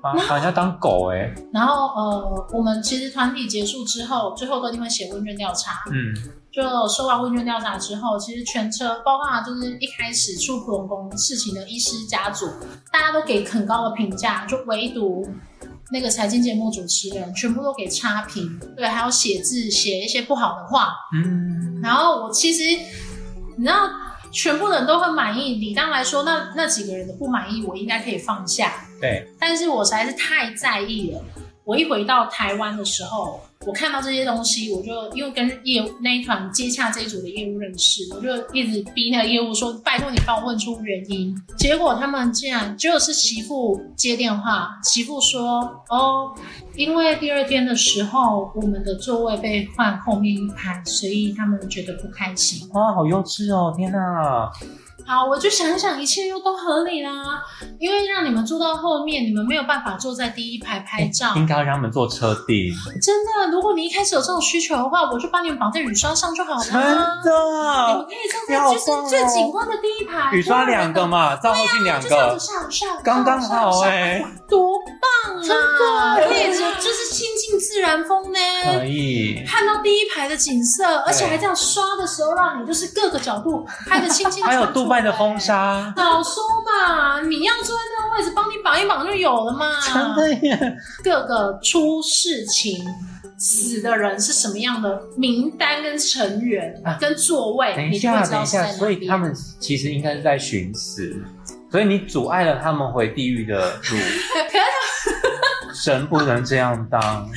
[SPEAKER 2] 把把人家当狗哎，
[SPEAKER 3] 然后呃，我们其实团体结束之后，最后都一定会写问卷调查。
[SPEAKER 2] 嗯，
[SPEAKER 3] 就收完问卷调查之后，其实全车包括就是一开始出普龙宫事情的医师家族，大家都给很高的评价，就唯独那个财经节目主持人全部都给差评，对，还有写字写一些不好的话。
[SPEAKER 2] 嗯，
[SPEAKER 3] 然后我其实你知道，全部人都很满意，理当来说，那那几个人的不满意我应该可以放下，
[SPEAKER 2] 对，
[SPEAKER 3] 但是我实在是太在意了。我一回到台湾的时候，我看到这些东西，我就因为跟业务那一团接洽这一组的业务认识，我就一直逼那个业务说：“拜托你帮我问出原因。”结果他们竟然就是媳妇接电话，媳妇说：“哦，因为第二天的时候我们的座位被换后面一排，所以他们觉得不开心。”
[SPEAKER 2] 哇，好幼稚哦！天哪，
[SPEAKER 3] 好，我就想一想，一切又都合理啦。因为让你们坐到后面，你们没有办法坐在第一排拍照。
[SPEAKER 2] 应该让他们坐车顶，
[SPEAKER 3] 真的，啊如果你一开始有这种需求的话，我就帮你们绑在雨刷上就好了。啊
[SPEAKER 2] 真的
[SPEAKER 3] 你们。可以站在就是最景观的第一排，
[SPEAKER 2] 哦雨刷两个嘛，赵后信两
[SPEAKER 3] 就这样
[SPEAKER 2] 个
[SPEAKER 3] 子，上上，
[SPEAKER 2] 刚刚好哎，
[SPEAKER 3] 多棒啊！
[SPEAKER 2] 真的
[SPEAKER 3] 可以说就是亲近自然风呢。
[SPEAKER 2] 可以。
[SPEAKER 3] 看到第一排的景色，而且还这样刷的时候，让你就是各个角度拍的清清楚楚。
[SPEAKER 2] 还有杜拜的风沙，
[SPEAKER 3] 早说嘛，你要坐在那个位置，帮你绑一绑就有了嘛。
[SPEAKER 2] 真的耶！
[SPEAKER 3] 各个出事情死的人是什么样的名单跟成员、
[SPEAKER 2] 啊
[SPEAKER 3] 跟座位，
[SPEAKER 2] 等一
[SPEAKER 3] 你就会
[SPEAKER 2] 下，
[SPEAKER 3] 知
[SPEAKER 2] 等
[SPEAKER 3] 道
[SPEAKER 2] 一
[SPEAKER 3] 是
[SPEAKER 2] 下，
[SPEAKER 3] 在哪啊
[SPEAKER 2] 所以
[SPEAKER 3] 边。
[SPEAKER 2] 他们其实应该是在寻死，所以你阻碍了他们回地狱的路。
[SPEAKER 3] 可是
[SPEAKER 2] 神不能这样当，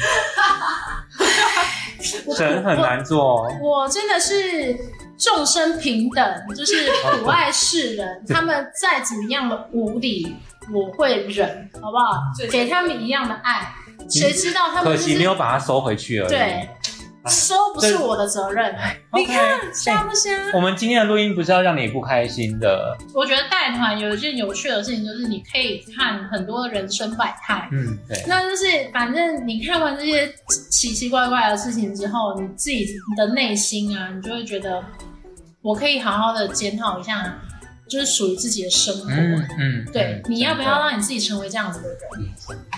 [SPEAKER 3] 我
[SPEAKER 2] 神很难做。
[SPEAKER 3] 我真的是众生平等，就是普爱世 人。他们再怎么样的无理，我会忍，好不好？给他们一样的爱。谁知道他们
[SPEAKER 2] 嗯可
[SPEAKER 3] 就是
[SPEAKER 2] 惜没有把它收回去而已。
[SPEAKER 3] 对啊收不是我的责任，你
[SPEAKER 2] OK，
[SPEAKER 3] 看瞎不瞎？
[SPEAKER 2] 我们今天的录音不是要让你不开心的，
[SPEAKER 3] 我觉得带团有一件有趣的事情，就是你可以看很多人生百态。
[SPEAKER 2] 嗯，对，
[SPEAKER 3] 那就是，反正你看完这些奇奇怪怪的事情之后，你自己的内心啊，你就会觉得，我可以好好的检讨一下，就是属于自己的生活。
[SPEAKER 2] 嗯嗯，
[SPEAKER 3] 对
[SPEAKER 2] 嗯，
[SPEAKER 3] 你要不要
[SPEAKER 2] 真的
[SPEAKER 3] 让你自己成为这样子的人？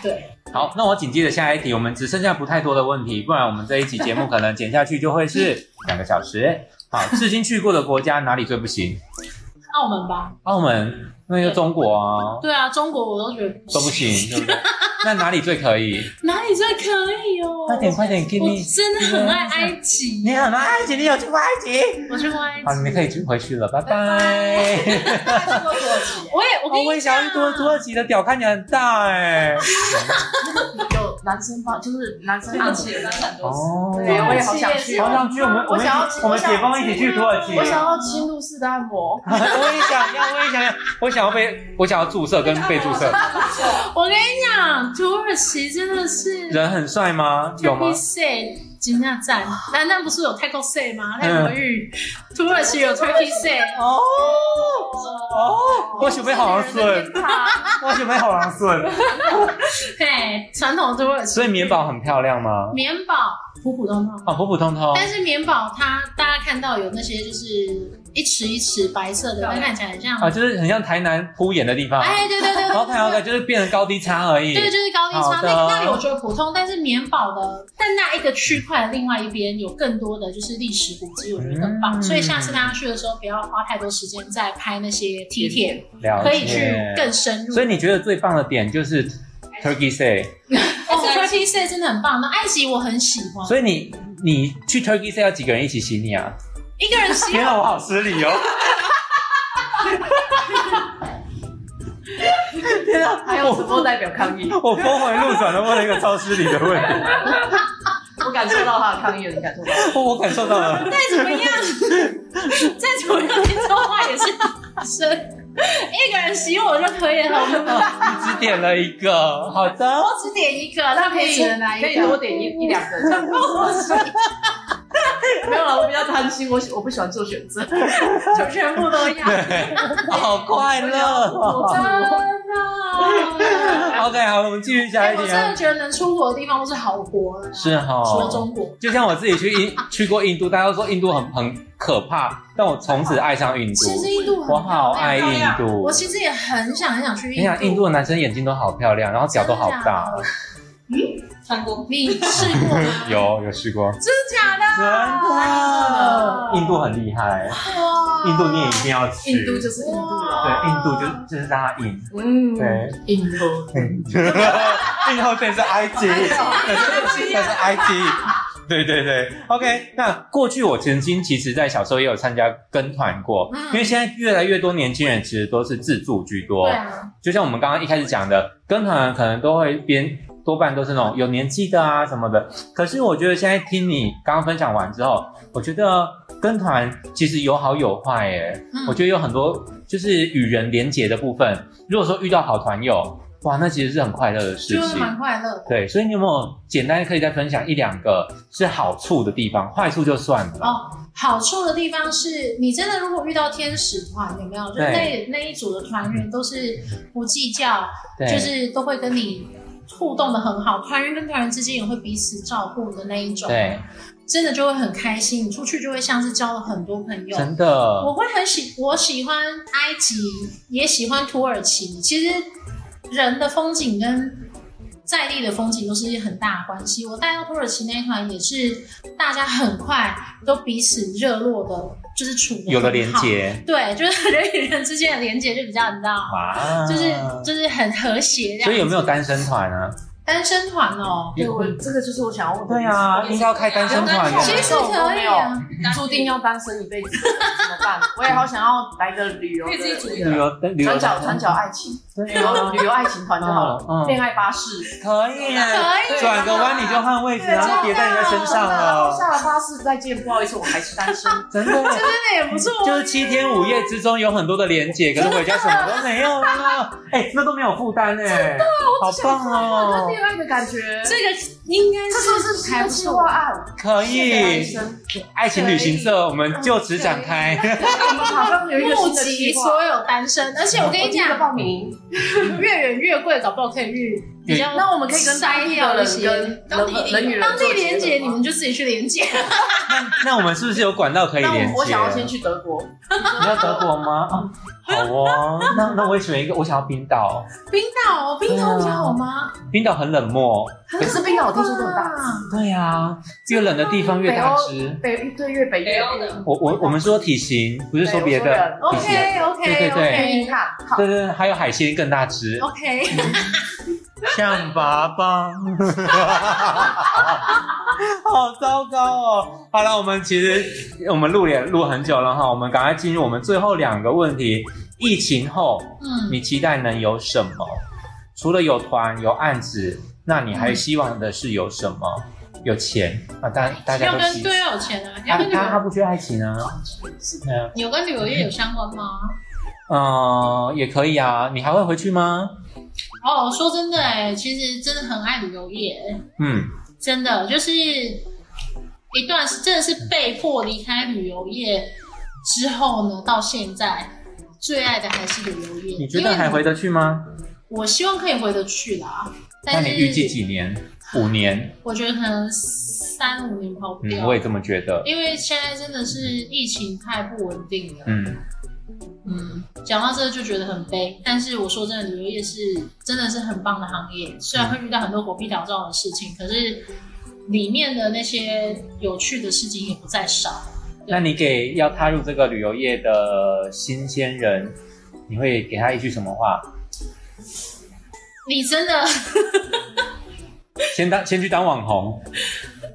[SPEAKER 3] 对，
[SPEAKER 2] 好，那我紧接着下一题，我们只剩下不太多的问题，不然我们这一期节目可能剪下去就会
[SPEAKER 1] 嗯
[SPEAKER 2] 是两个小时。好，至今去过的国家哪里最不行？
[SPEAKER 3] 澳门吧，
[SPEAKER 2] 澳门，那就中国啊，
[SPEAKER 3] 对啊，中国我都觉得
[SPEAKER 2] 都不行，对不 对？那哪里最可以？
[SPEAKER 3] 哪里最可以哦？
[SPEAKER 2] 快点，快点，给
[SPEAKER 3] 我
[SPEAKER 2] 你，
[SPEAKER 3] 真的很爱埃及，
[SPEAKER 2] 啊你很爱埃及，你有去过埃及？
[SPEAKER 3] 我去过埃及，
[SPEAKER 2] 好，你们可以去回去了，拜拜。
[SPEAKER 1] 大概去过土耳其，
[SPEAKER 3] 我也我跟
[SPEAKER 2] 哦
[SPEAKER 3] 你
[SPEAKER 2] 我也
[SPEAKER 1] 啊
[SPEAKER 2] 想去土土耳其的屌，看起来很大哎。
[SPEAKER 1] 有男生帮，就是男生放弃了很多次。
[SPEAKER 2] 哦，
[SPEAKER 1] 对，我也好想去
[SPEAKER 2] 好
[SPEAKER 1] 哦。
[SPEAKER 2] 想去，我们
[SPEAKER 1] 我
[SPEAKER 2] 们
[SPEAKER 1] 想要
[SPEAKER 2] 一起
[SPEAKER 1] 去
[SPEAKER 2] 我们
[SPEAKER 1] 我想
[SPEAKER 2] 解
[SPEAKER 1] 要
[SPEAKER 2] 封一起去土耳其。
[SPEAKER 1] 我想要侵入式的按摩，
[SPEAKER 2] 我也想要，我也想要，我想要被，我想要注射跟哦被注射。
[SPEAKER 3] 我跟你讲，土耳其真的是
[SPEAKER 2] 人很帅吗？有吗
[SPEAKER 3] Turkey？Say 惊讶赞，南南不是有泰国 Say 吗？
[SPEAKER 2] 嗯
[SPEAKER 3] 泰国玉，土耳其有 Turkey Say。
[SPEAKER 2] 哦哦，我想要好像顺，
[SPEAKER 1] 他
[SPEAKER 2] 我想要好像顺。
[SPEAKER 3] 对，传统土耳其。
[SPEAKER 2] 所以棉堡很漂亮吗？
[SPEAKER 3] 棉堡普普通通，
[SPEAKER 2] 哦，普普通通。
[SPEAKER 3] 但是棉堡它大家看到有那些就是一尺一尺白色的，它看起来很像。
[SPEAKER 2] 啊，就是很像台南铺演的地方。
[SPEAKER 3] 哎，对对对，
[SPEAKER 2] OK OK，就是变成高低差而已。
[SPEAKER 3] 对，就是高低
[SPEAKER 2] 好
[SPEAKER 3] 差。
[SPEAKER 2] 的
[SPEAKER 3] 那个那里我觉得普通，但是棉堡的，但那一个区块的另外一边有更多的就是历史古迹，我觉得更棒。
[SPEAKER 2] 嗯
[SPEAKER 3] 所以下次大家去的时候，不要花太多时间在拍那些梯田，
[SPEAKER 2] 了解。
[SPEAKER 3] 可以去更深入。
[SPEAKER 2] 所以你觉得最棒的点就是 Turkey Say，
[SPEAKER 3] 哦 t u r k y Say 真的很棒。那埃及我很喜欢，
[SPEAKER 2] 所以你你去 Turkey Say 要几个人一起洗你啊？
[SPEAKER 3] 一个人喜
[SPEAKER 2] 天啊，我好失礼哦！ 天 啊，
[SPEAKER 1] 还有直播代表抗议，
[SPEAKER 2] 我峰回路转的问了一个超失礼的问题，
[SPEAKER 1] 我感受到他的抗议了，你感受到吗？
[SPEAKER 2] 我感受到了。
[SPEAKER 3] 再怎么样，再怎么样，你说话也是深。一个人洗我就可以了，
[SPEAKER 2] 哦你只点了一个，好的
[SPEAKER 3] 我，只点一个，那可以
[SPEAKER 1] 只 能来一个可以多点一一两个这样子。 没有了，我比较贪心，我喜我不喜欢做选择，就全部都要。
[SPEAKER 2] 对，好快乐。
[SPEAKER 3] 真的。
[SPEAKER 2] OK，好，我们继续下
[SPEAKER 3] 哎，
[SPEAKER 2] 一
[SPEAKER 3] 我
[SPEAKER 2] 题
[SPEAKER 3] 真的
[SPEAKER 2] 啊。
[SPEAKER 3] 觉得能出国的地方都是好国了啦，
[SPEAKER 2] 是哦哈，
[SPEAKER 3] 除了中国。
[SPEAKER 2] 就像我自己去印去过印度，大家都说印度很很可怕，但我从此爱上印
[SPEAKER 3] 其实
[SPEAKER 2] 度。
[SPEAKER 3] 印度很
[SPEAKER 2] 我好
[SPEAKER 3] 漂亮
[SPEAKER 2] 爱印度
[SPEAKER 3] 我。其实也很想很想去
[SPEAKER 2] 你
[SPEAKER 3] 印
[SPEAKER 2] 想，
[SPEAKER 3] 度。
[SPEAKER 2] 印度的男生眼睛都好漂亮，然后脚都好大。？
[SPEAKER 1] 穿过
[SPEAKER 3] 你试过吗
[SPEAKER 2] 有有试过，
[SPEAKER 3] 真的假的？哦
[SPEAKER 2] 真的，印度很厉害，
[SPEAKER 3] 哇
[SPEAKER 2] 印度你也一定要去。
[SPEAKER 1] 印度就是印度了，
[SPEAKER 2] 对，印度就就是让它印。
[SPEAKER 1] 嗯，
[SPEAKER 2] 对，
[SPEAKER 1] 印度。
[SPEAKER 2] 印后边是埃及，
[SPEAKER 1] 哎呦
[SPEAKER 2] 那是埃及。对对对，OK。那过去我曾经其实，在小时候也有参加跟团过，
[SPEAKER 3] 嗯
[SPEAKER 2] 因为现在越来越多年轻人其实都是自助居多。
[SPEAKER 3] 对啊，
[SPEAKER 2] 就像我们刚刚一开始讲的，跟团可能都会边多半都是那种有年纪的啊什么的。可是我觉得现在听你刚刚分享完之后，我觉得跟团其实有好有坏耶、
[SPEAKER 3] 嗯
[SPEAKER 2] 我觉得有很多就是与人连结的部分。如果说遇到好团友，哇，那其实是很快乐的事
[SPEAKER 3] 就是
[SPEAKER 2] 情。
[SPEAKER 3] 蛮快乐的。
[SPEAKER 2] 对，所以你有没有简单可以再分享一两个是好处的地方，坏处就算了。
[SPEAKER 4] 哦
[SPEAKER 3] 好处的地方是你真的如果遇到天使团，有没有？就是那那一组的团员都是不计较，
[SPEAKER 2] 对，
[SPEAKER 3] 就是都会跟你互动的很好，团员跟团员之间也会彼此照顾的那一种，
[SPEAKER 2] 对，
[SPEAKER 3] 真的就会很开心。你出去就会像是交了很多朋友。
[SPEAKER 2] 真的
[SPEAKER 3] 我会很喜，我喜欢埃及，也喜欢土耳其。其实人的风景跟在地的风景都是很大的关系。我带到土耳其那一团也是，大家很快都彼此热络的，就是处得
[SPEAKER 2] 有了
[SPEAKER 3] 很
[SPEAKER 2] 连
[SPEAKER 3] 好，
[SPEAKER 2] 接，
[SPEAKER 3] 对，就是人与人之间的连接就比较，你知道吗？
[SPEAKER 2] 哇，
[SPEAKER 3] 就是
[SPEAKER 2] 啊
[SPEAKER 3] 就是很和谐这样。
[SPEAKER 2] 所以有没有单身团啊？
[SPEAKER 3] 单身团哦？
[SPEAKER 2] 有
[SPEAKER 5] 我这个就是我想要问的
[SPEAKER 2] 对啊，应该要开单身团
[SPEAKER 5] 不用
[SPEAKER 2] 的
[SPEAKER 5] 担
[SPEAKER 3] 其
[SPEAKER 5] 心。
[SPEAKER 3] 实可以啊，
[SPEAKER 5] 注定要单身一 辈子，怎么办？我也好想要来个旅游的，
[SPEAKER 1] 可以自己组一
[SPEAKER 2] 旅游旅游
[SPEAKER 5] 转角转角爱情，
[SPEAKER 2] 对
[SPEAKER 5] 旅游旅游爱情团就好
[SPEAKER 2] 嗯嗯
[SPEAKER 5] 了， 恋爱巴士，
[SPEAKER 2] 可以耶，
[SPEAKER 3] 可以。
[SPEAKER 2] 转个弯你就换位置，
[SPEAKER 5] 啊
[SPEAKER 2] 然后叠在啊人家身上
[SPEAKER 5] 然后
[SPEAKER 2] 了，
[SPEAKER 5] 下了巴士再见，不好意思，我还是单 身。
[SPEAKER 2] 真的耶。
[SPEAKER 3] 那也不错哦，
[SPEAKER 2] 就是七天五夜之中有很多的连结，可是回家什么都没有了，哎、那都没有负担哎，好棒哦，
[SPEAKER 5] 恋爱的感觉，
[SPEAKER 3] 这个应该
[SPEAKER 5] 这是不是
[SPEAKER 3] 还
[SPEAKER 5] 新
[SPEAKER 3] 不
[SPEAKER 5] 的
[SPEAKER 3] 错
[SPEAKER 5] 计划案？
[SPEAKER 2] 可
[SPEAKER 5] 谢
[SPEAKER 2] 以
[SPEAKER 5] 谢，男生
[SPEAKER 2] 爱情旅行社我们就此展开，
[SPEAKER 5] 我们好像有一个
[SPEAKER 3] 募
[SPEAKER 5] 新的
[SPEAKER 3] 集
[SPEAKER 5] 计划。
[SPEAKER 3] 所有单身，而且我跟你
[SPEAKER 5] 我记得
[SPEAKER 3] 讲，
[SPEAKER 5] 报名，
[SPEAKER 3] 越远越贵，搞不好可以越比较。
[SPEAKER 5] 那我们可以跟当地的
[SPEAKER 3] 一
[SPEAKER 5] 人
[SPEAKER 3] 些
[SPEAKER 5] 跟人人与人
[SPEAKER 3] 当地
[SPEAKER 5] 做结合
[SPEAKER 3] 连接，你
[SPEAKER 5] 吗
[SPEAKER 3] 们就自己去连接。
[SPEAKER 2] 那我们是不是有管道可以
[SPEAKER 5] 那
[SPEAKER 2] 连
[SPEAKER 5] 我
[SPEAKER 2] 接？
[SPEAKER 5] 我想要先去德国，
[SPEAKER 2] 你要德国吗？哦好哦，那那我也选一个，我想要冰岛，
[SPEAKER 3] 冰岛，冰岛比较好吗？
[SPEAKER 2] 冰岛很冷漠，
[SPEAKER 5] 可是冰岛我听说都很大，
[SPEAKER 3] 啊，
[SPEAKER 2] 对呀、越冷的地方越大只。
[SPEAKER 5] 北对越北越
[SPEAKER 1] 北欧
[SPEAKER 5] 嗯
[SPEAKER 1] 的
[SPEAKER 2] 我我我们说体型，不是说别的
[SPEAKER 5] 对我
[SPEAKER 2] 体
[SPEAKER 5] 说
[SPEAKER 2] 型。
[SPEAKER 3] OK
[SPEAKER 2] 对
[SPEAKER 3] OK
[SPEAKER 2] 对对
[SPEAKER 5] 越
[SPEAKER 3] OK
[SPEAKER 5] 看好
[SPEAKER 2] 对对，对还有海鲜更大 只，
[SPEAKER 3] OK，
[SPEAKER 2] 像爸爸。 好糟糕哦！好了，我们其实我们录也录很久了哈，我们赶快进入我们最后两个问题。疫情后，
[SPEAKER 3] 嗯，
[SPEAKER 2] 你期待能有什么？除了有团有案子，那你还希望的是有什么？有钱啊，大
[SPEAKER 5] 嗯
[SPEAKER 2] 大家
[SPEAKER 3] 要
[SPEAKER 2] 都
[SPEAKER 3] 跟
[SPEAKER 2] 希
[SPEAKER 3] 对要有钱啊，
[SPEAKER 2] 他
[SPEAKER 3] 要跟旅
[SPEAKER 2] 他他
[SPEAKER 3] 游，
[SPEAKER 2] 不缺爱情啊，嗯。
[SPEAKER 3] 有跟旅游业有相关吗？
[SPEAKER 2] 嗯，也可以啊。你还会回去吗？
[SPEAKER 3] 哦，说真的，哎，其实真的很爱旅游业，
[SPEAKER 2] 嗯，
[SPEAKER 3] 真的就是一段时真的是被迫离开旅游业之后呢，到现在最爱的还是旅游业。
[SPEAKER 2] 你觉
[SPEAKER 3] 因为
[SPEAKER 2] 得还回得去吗？
[SPEAKER 3] 我希望可以回得去啦，
[SPEAKER 2] 那
[SPEAKER 3] 但
[SPEAKER 2] 你
[SPEAKER 3] 是
[SPEAKER 2] 预计几年？五年？
[SPEAKER 3] 我觉得可能三五年跑不
[SPEAKER 2] 嗯，
[SPEAKER 3] 掉。
[SPEAKER 2] 我也这么觉得。
[SPEAKER 3] 因为现在真的是疫情太不稳定了，
[SPEAKER 2] 嗯，
[SPEAKER 3] 嗯，讲到这就觉得很悲。但是我说真的，旅游业是真的是很棒的行业，虽然会遇到很多狗屁倒灶的事情，可是里面的那些有趣的事情也不在少。
[SPEAKER 2] 那你给要踏入这个旅游业的新鲜人，你会给他一句什么话？
[SPEAKER 3] 你真的
[SPEAKER 2] 先当先去当网 红，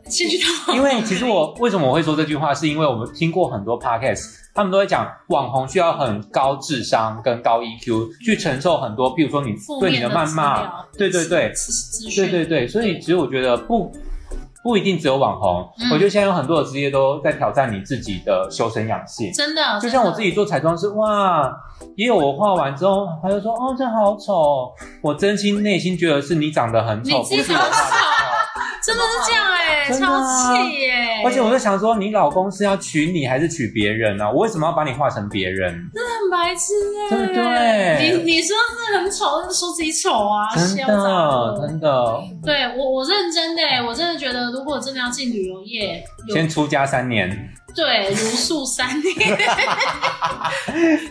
[SPEAKER 3] 先去当
[SPEAKER 2] 因为其实我为什么我会说这句话，是因为我们听过很多 podcast，他们都会讲网红需要很高智商跟高 EQ 去承受很多，譬如说你
[SPEAKER 3] 负
[SPEAKER 2] 对你
[SPEAKER 3] 面
[SPEAKER 2] 的谩
[SPEAKER 3] 资
[SPEAKER 2] 骂，
[SPEAKER 3] 料
[SPEAKER 2] 对对对
[SPEAKER 3] 资资讯
[SPEAKER 2] 对对对，所以其实我觉得不不一定只有网红，
[SPEAKER 3] 嗯
[SPEAKER 2] 我觉得现在有很多的职业都在挑战你自己的修身养性。
[SPEAKER 3] 真的，啊
[SPEAKER 2] 就像我
[SPEAKER 3] 哦真的
[SPEAKER 2] 自己做彩妆师，哇，也有我画完之后，他就说，哦，这好丑。我真心内心觉得是你长得很丑，
[SPEAKER 3] 你
[SPEAKER 2] 不
[SPEAKER 3] 自己哦
[SPEAKER 2] 是我画的
[SPEAKER 3] 长得
[SPEAKER 2] 丑。
[SPEAKER 3] 真的是这样哎、
[SPEAKER 2] 真的
[SPEAKER 3] 超
[SPEAKER 2] 啊
[SPEAKER 3] 气耶、
[SPEAKER 2] 而且我就想说，你老公是要娶你还是娶别人呢、啊？我为什么要把你画成别人？
[SPEAKER 3] 很白痴哎、
[SPEAKER 2] 对不对
[SPEAKER 3] 你你说是很丑，那说自己丑啊，
[SPEAKER 2] 真
[SPEAKER 3] 嚣
[SPEAKER 2] 的，
[SPEAKER 3] 张。
[SPEAKER 2] 真的，
[SPEAKER 3] 对我我认真的、欸，我真的觉得如果真的要进旅游业，有
[SPEAKER 2] 先出家三年，
[SPEAKER 3] 对如素三 年，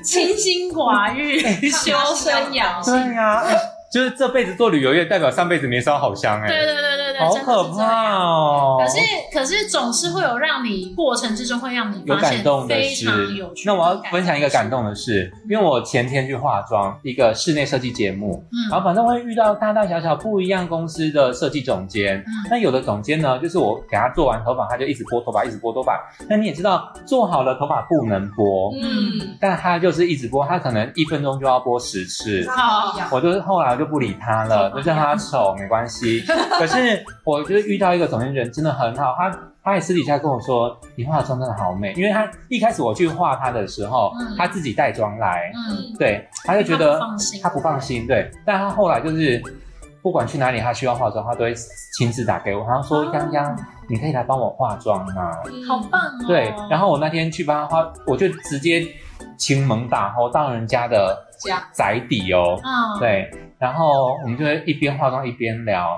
[SPEAKER 3] 清心寡欲，修身养性。
[SPEAKER 2] 啊对呀、就是这辈子做旅游业，代表上辈子年烧好香哎、
[SPEAKER 3] 对对对对
[SPEAKER 1] 对，
[SPEAKER 2] 好
[SPEAKER 1] 真的
[SPEAKER 2] 可
[SPEAKER 1] 是这
[SPEAKER 2] 怕
[SPEAKER 1] 样。
[SPEAKER 2] 哦！
[SPEAKER 1] 可是，可是总是会有让你过程之中会让你
[SPEAKER 2] 有
[SPEAKER 1] 发
[SPEAKER 2] 感
[SPEAKER 1] 现
[SPEAKER 2] 动的
[SPEAKER 1] 非
[SPEAKER 2] 事
[SPEAKER 1] 常有趣。，
[SPEAKER 2] 那我要分享一个感，动的事，因为我前天去化妆，一个室内设计节目，然
[SPEAKER 1] 嗯，
[SPEAKER 2] 后反正会遇到大大小小不一样公司的设计总监
[SPEAKER 1] 嗯。
[SPEAKER 2] 那有的总监呢，就是我给他做完头发，他就一直拨头发，一直拨头发。那你也知道，做好了头发不能拨，
[SPEAKER 5] 嗯，
[SPEAKER 2] 但他就是一直拨，他可能一分钟就要拨十次。
[SPEAKER 5] 好呀，
[SPEAKER 2] 我就是后来我就不理他
[SPEAKER 1] 哦
[SPEAKER 2] 了，就让他丑没关 系。可是我就是遇到一个总监人真的很好，他他也私底下跟我说，你化的妆真的好美，因为他一开始我去画他的时候，
[SPEAKER 1] 嗯
[SPEAKER 2] 他自己带妆来，
[SPEAKER 1] 嗯，
[SPEAKER 2] 对，他就觉
[SPEAKER 1] 他
[SPEAKER 2] 得
[SPEAKER 1] 不放心
[SPEAKER 2] 他不放心，对，但他后来就是不管去哪里，他需要化妆，他都会亲自打给我，他说
[SPEAKER 1] 哦
[SPEAKER 2] 刚刚你可以来帮我化妆吗？
[SPEAKER 1] 好棒哦。
[SPEAKER 2] 对，然后我那天去帮他化，我就直接亲门打吼到人家的
[SPEAKER 5] 家
[SPEAKER 2] 宅邸哦，
[SPEAKER 1] 嗯，
[SPEAKER 2] 对，然后我们就会一边化妆一边聊。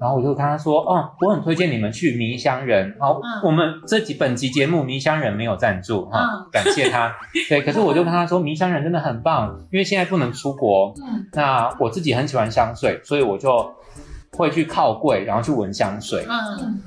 [SPEAKER 2] 然后我就跟他说，哦，我很推荐你们去迷香人。好、
[SPEAKER 1] 嗯
[SPEAKER 2] 我们这几本集节目迷香人没有赞助哈、
[SPEAKER 1] 嗯
[SPEAKER 2] 感谢 他。对，可是我就跟他说，迷香人真的很棒，因为现在不能出国，
[SPEAKER 1] 嗯
[SPEAKER 2] 那我自己很喜欢香水，所以我就会去靠柜，然后去闻香水。
[SPEAKER 1] 嗯，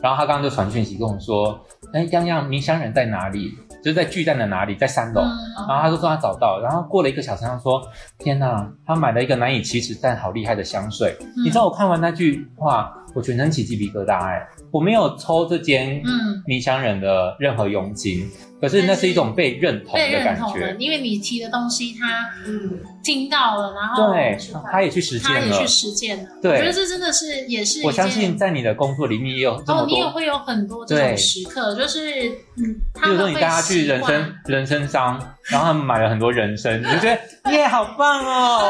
[SPEAKER 2] 然后他刚刚就传讯息跟我说，哎，样样迷香人在哪里？就是在巨蛋的哪里，在三楼。
[SPEAKER 1] 嗯
[SPEAKER 2] 然后他就说他找到，然后过了一个小时，他说：“天哪，他买了一个难以启齿但好厉害的香水。
[SPEAKER 1] 嗯
[SPEAKER 2] 你知道我看完那句话，我全身起鸡皮疙瘩哎、我没有抽这间
[SPEAKER 1] 嗯，
[SPEAKER 2] 迷香人的任何佣金，可是那是一种被认同
[SPEAKER 1] 被
[SPEAKER 2] 的
[SPEAKER 1] 认
[SPEAKER 2] 感
[SPEAKER 1] 同了，
[SPEAKER 2] 觉。
[SPEAKER 1] 因为你提的东西他
[SPEAKER 5] 嗯，
[SPEAKER 1] 听到了，然后
[SPEAKER 2] 对，他也去实
[SPEAKER 1] 哦他
[SPEAKER 2] 践
[SPEAKER 1] 也
[SPEAKER 2] 了
[SPEAKER 1] 去。实践了。
[SPEAKER 2] 对
[SPEAKER 1] 我觉得这真的是也是一件
[SPEAKER 2] 我相信在你的工作里面也有这
[SPEAKER 1] 哦
[SPEAKER 2] 么，
[SPEAKER 1] 你也
[SPEAKER 2] 多，
[SPEAKER 1] 会有很多这
[SPEAKER 2] 对
[SPEAKER 1] 种时刻，就是嗯，他
[SPEAKER 2] 比如
[SPEAKER 1] 们
[SPEAKER 2] 说
[SPEAKER 1] 会
[SPEAKER 2] 你带他去
[SPEAKER 1] 习惯
[SPEAKER 2] 人参人参商，然后他们买了很多人参，你就觉 得耶，好棒哦，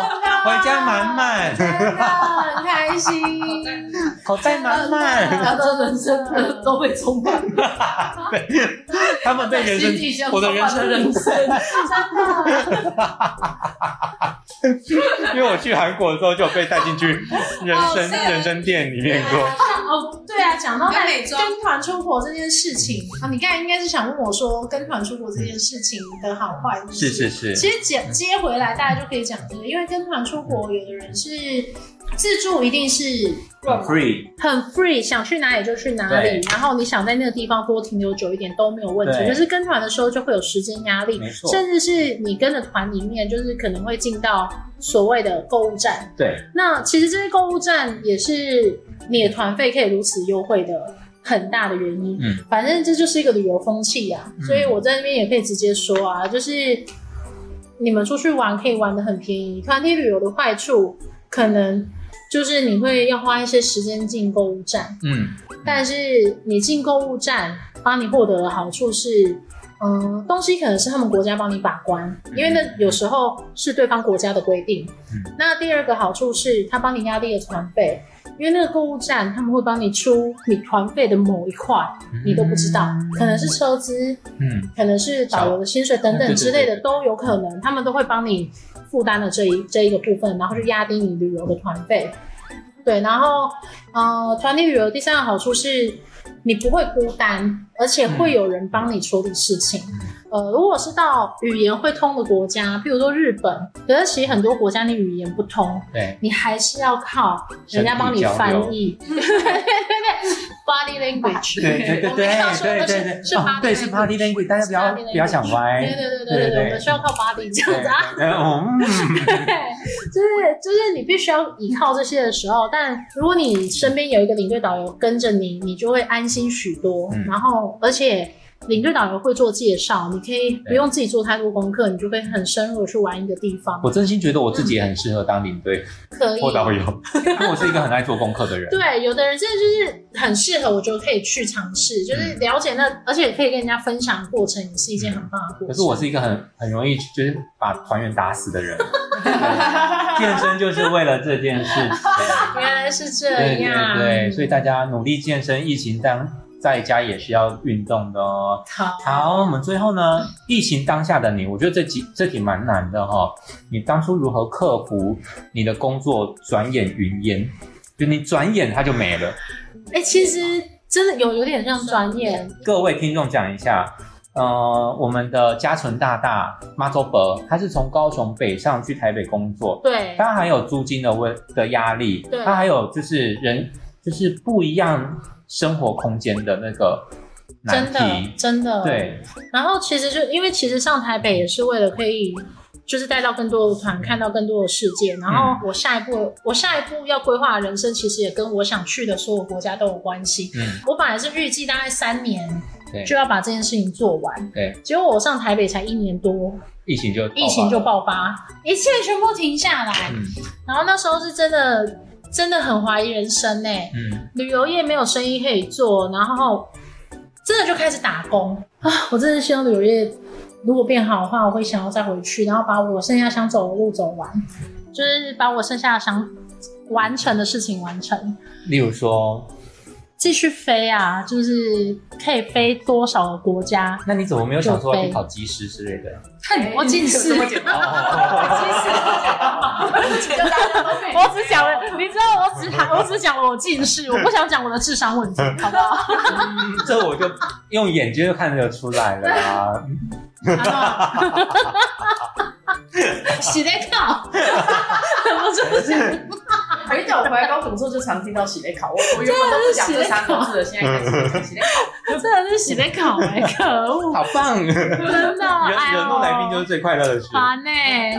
[SPEAKER 2] 回家满满，
[SPEAKER 1] 真的很开心，
[SPEAKER 2] 口袋满满。
[SPEAKER 5] 他的人生都被充满，
[SPEAKER 2] 他们被人
[SPEAKER 5] 心
[SPEAKER 2] 生，
[SPEAKER 5] 里像
[SPEAKER 2] 我的人生
[SPEAKER 5] 充满了人生，
[SPEAKER 2] 因为我去韩国的时候就有被带进去人参
[SPEAKER 5] 对
[SPEAKER 2] 人参店里面过。
[SPEAKER 1] 哦，对啊，讲到
[SPEAKER 5] 跟
[SPEAKER 1] 那
[SPEAKER 5] 美妆
[SPEAKER 1] 跟团出国这件事情啊，你刚才应该是想问我说跟团出国这件事情的好坏，就是
[SPEAKER 2] 是是，
[SPEAKER 1] 其实接接回来，大家就可以讲这个，因为跟团出国，有的人是自助，一定是
[SPEAKER 2] free
[SPEAKER 3] 很 free，想去哪里就去哪里
[SPEAKER 2] 对，
[SPEAKER 3] 然后你想在那个地方多停留久一点都没有问
[SPEAKER 2] 对
[SPEAKER 3] 题。就是跟团的时候就会有时间压力，
[SPEAKER 2] 没错，
[SPEAKER 3] 甚至是你跟着团里面，就是可能会进到所谓的购物站。
[SPEAKER 2] 对，
[SPEAKER 3] 那其实这些购物站也是你的团费可以如此优惠的很大的原因。
[SPEAKER 2] 嗯，
[SPEAKER 3] 反正这就是一个旅游风气呀、
[SPEAKER 2] 嗯
[SPEAKER 3] 所以我在那边也可以直接说啊，就是你们出去玩可以玩的很便宜，团体旅游的坏处可能就是你会要花一些时间进购物站，
[SPEAKER 2] 嗯，
[SPEAKER 3] 但是你进购物站，帮你获得的好处是，嗯，东西可能是他们国家帮你把关，因为那有时候是对方国家的规定。
[SPEAKER 2] 嗯
[SPEAKER 3] 那第二个好处是，他帮你压低了团费，因为那个购物站他们会帮你出你团费的某一块，你都不知道，可能是车资，
[SPEAKER 2] 嗯
[SPEAKER 3] 可能是导游的薪水等
[SPEAKER 2] 啊对对
[SPEAKER 3] 等之类
[SPEAKER 2] 对
[SPEAKER 3] 的
[SPEAKER 2] 对
[SPEAKER 3] 都有可能，他们都会帮你负担了这一这一个部分，然后去压低你旅游的团费。对，然后呃，团体旅游第三个好处是，你不会孤单，而且
[SPEAKER 2] 嗯
[SPEAKER 3] 会有人帮你处理事情。呃，如果是到语言会通的国家，譬如说日本，可是其实很多国家你语言不通，
[SPEAKER 2] 对，
[SPEAKER 3] 你还是要靠人家帮你翻 译。对对对对，body language。
[SPEAKER 2] 对对对对
[SPEAKER 3] 我
[SPEAKER 2] 对
[SPEAKER 3] 们要说
[SPEAKER 2] 对
[SPEAKER 3] 的是
[SPEAKER 2] 对
[SPEAKER 3] 是
[SPEAKER 2] 哦
[SPEAKER 3] party
[SPEAKER 2] 对是 party language，大家不要
[SPEAKER 3] party language
[SPEAKER 2] 不要想歪。
[SPEAKER 3] 对对对
[SPEAKER 2] 对
[SPEAKER 3] 对
[SPEAKER 2] 对
[SPEAKER 3] 对，我们需要靠 body 这样子啊。
[SPEAKER 2] 对嗯，
[SPEAKER 3] 对， 就是就是你必须要依靠这些的时候，但如果你身边有一个领队导游跟着你，你就会安心许多。
[SPEAKER 2] 嗯
[SPEAKER 3] 然后，而且领队导游会做介绍，你可以不用自己做太多功课，你就会很深入的去玩一个地方。
[SPEAKER 2] 我真心觉得我自己也很适合当领队
[SPEAKER 3] 可以，
[SPEAKER 2] 或导游， 因为我是一个很爱做功课的人。
[SPEAKER 3] 对，有的人真的就是很适合，我觉得可以去尝试，就是
[SPEAKER 2] 嗯
[SPEAKER 3] 了解那，而且可以跟人家分享过程，也是一件很棒的过 程。
[SPEAKER 2] 可是我是一个很很容易就是把团员打死的 人，对健身就是为了这件事情。
[SPEAKER 3] 原来是这
[SPEAKER 2] 对
[SPEAKER 3] 样，
[SPEAKER 2] 对对，所以大家努力健身，疫情当在家也是要运动的哦。
[SPEAKER 3] 好，
[SPEAKER 2] 好，我们最后呢，疫情当下的你，我觉得这题这题蛮难的哈、你当初如何克服你的工作转眼云烟？就你转眼它就没了。
[SPEAKER 3] 哎、其实真的有有点像专业，
[SPEAKER 2] 各位听众讲一下，呃，我们的嘉纯大大妈周伯，他是从高雄北上去台北工作，
[SPEAKER 3] 对
[SPEAKER 2] 他还有租金的问的压力，
[SPEAKER 3] 对
[SPEAKER 2] 他还有就是人就是不一样生活空间的那个难
[SPEAKER 3] 真的
[SPEAKER 2] 题。
[SPEAKER 3] 真的。，
[SPEAKER 2] 对，
[SPEAKER 3] 然后其实就因为其实上台北也是为了可以。就是带到更多的团，看到更多的世界。然
[SPEAKER 2] 嗯
[SPEAKER 3] 后我下一步，我下一步要规划的人生，其实也跟我想去的所有国家都有关系。
[SPEAKER 2] 嗯，
[SPEAKER 3] 我本来是预计大概三年
[SPEAKER 2] 对
[SPEAKER 3] 就要把这件事情做完，
[SPEAKER 2] 对，
[SPEAKER 3] 结果我上台北才一年多，
[SPEAKER 2] 疫情就爆发
[SPEAKER 3] 疫情就
[SPEAKER 2] 了，
[SPEAKER 3] 爆发，一切全部停下来。
[SPEAKER 2] 嗯
[SPEAKER 3] 然后那时候是真的真的很怀疑人生呢、
[SPEAKER 2] 嗯，
[SPEAKER 3] 旅游业没有生意可以做，然后真的就开始打工啊！我真的希望旅游业如果变好的话，我会想要再回去，然后把我剩下想走的路走完，就是把我剩下想完成的事情完成。
[SPEAKER 2] 例如说，
[SPEAKER 3] 继续飞啊，就是可以飞多少个国家？
[SPEAKER 2] 那你怎么没有想说要
[SPEAKER 3] 就
[SPEAKER 2] 去
[SPEAKER 3] 飞
[SPEAKER 2] 考技师之类的？
[SPEAKER 3] 看
[SPEAKER 5] 哎
[SPEAKER 3] 你多近视
[SPEAKER 5] 这，么简 单，其实就大家都可以。
[SPEAKER 3] 我只讲了，你知道我只谈，我只讲了我近视，我不想讲我的智商问 题，好不好？
[SPEAKER 2] 嗯这我就用眼睛就看得出来了啊！
[SPEAKER 1] 洗在 靠，我真的
[SPEAKER 5] 我跟你讲，我回来高雄之后就常听到洗内考，我我原本都不讲这三个字的，现在开始洗内考。
[SPEAKER 3] 真的是洗在考哎、可恶，
[SPEAKER 2] 好棒，惹
[SPEAKER 3] 真的，哎呦
[SPEAKER 2] 惹怒来宾就是最快乐的事。
[SPEAKER 3] 烦呢、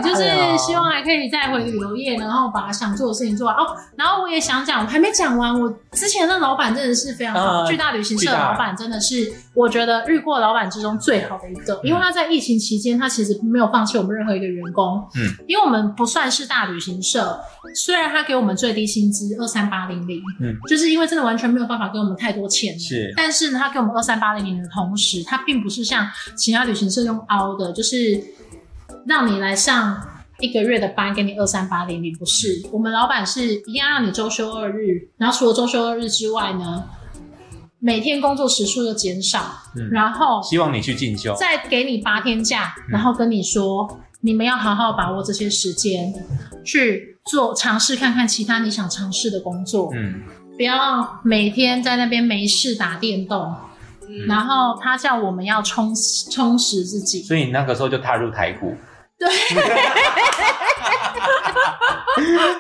[SPEAKER 3] 就是希望还可以再回旅游业，然后把想做的事情做完哦。然后我也想讲，我还没讲完，我之前的老板真的是非常好，
[SPEAKER 2] 嗯
[SPEAKER 3] 巨大旅行社的老板真的是我觉得遇过老板之中最好的一个，因为他在疫情期间，他其实没有放弃我们任何一个员工，
[SPEAKER 2] 嗯，
[SPEAKER 3] 因为我们不算是大旅行社，虽然他给我们最低薪资二三八零零，
[SPEAKER 2] 嗯，
[SPEAKER 3] 就是因为真的完全没有办法给我们太多钱了，
[SPEAKER 2] 是
[SPEAKER 3] 但是呢，他给我们二三八零零的同时，他并不是像其他旅行社用凹的，就是让你来上一个月的班，给你二三八零零，不是。我们老板是一样让你周休二日，然后除了周休二日之外呢，每天工作时数的减少，
[SPEAKER 2] 嗯
[SPEAKER 3] 然后
[SPEAKER 2] 希望你去进修。
[SPEAKER 3] 再给你八天假，
[SPEAKER 2] 嗯
[SPEAKER 3] 然后跟你说，你们要好好把握这些时间，去做尝试看看其他你想尝试的工作。
[SPEAKER 2] 嗯，
[SPEAKER 3] 不要每天在那边没事打电动。
[SPEAKER 5] 嗯
[SPEAKER 3] 然后他叫我们要充充实自己，
[SPEAKER 2] 所以你那个时候就踏入台股。
[SPEAKER 3] 对，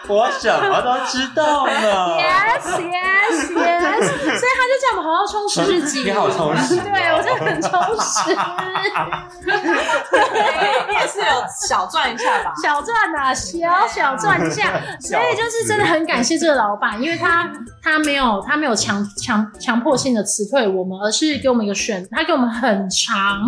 [SPEAKER 2] 我什么都知道了。
[SPEAKER 3] yes yes yes，所以他就叫我们好好充实自 己。
[SPEAKER 2] 你好充实哦
[SPEAKER 3] 对我真的很充实，
[SPEAKER 5] 嗯对哎你也是有小赚一下吧？
[SPEAKER 3] 小赚啊，小小赚一 下。所以就是真的很感谢这个老板，因为他他没有他没有强强强迫性的辞退我们，而是给我们一个选，他给我们很长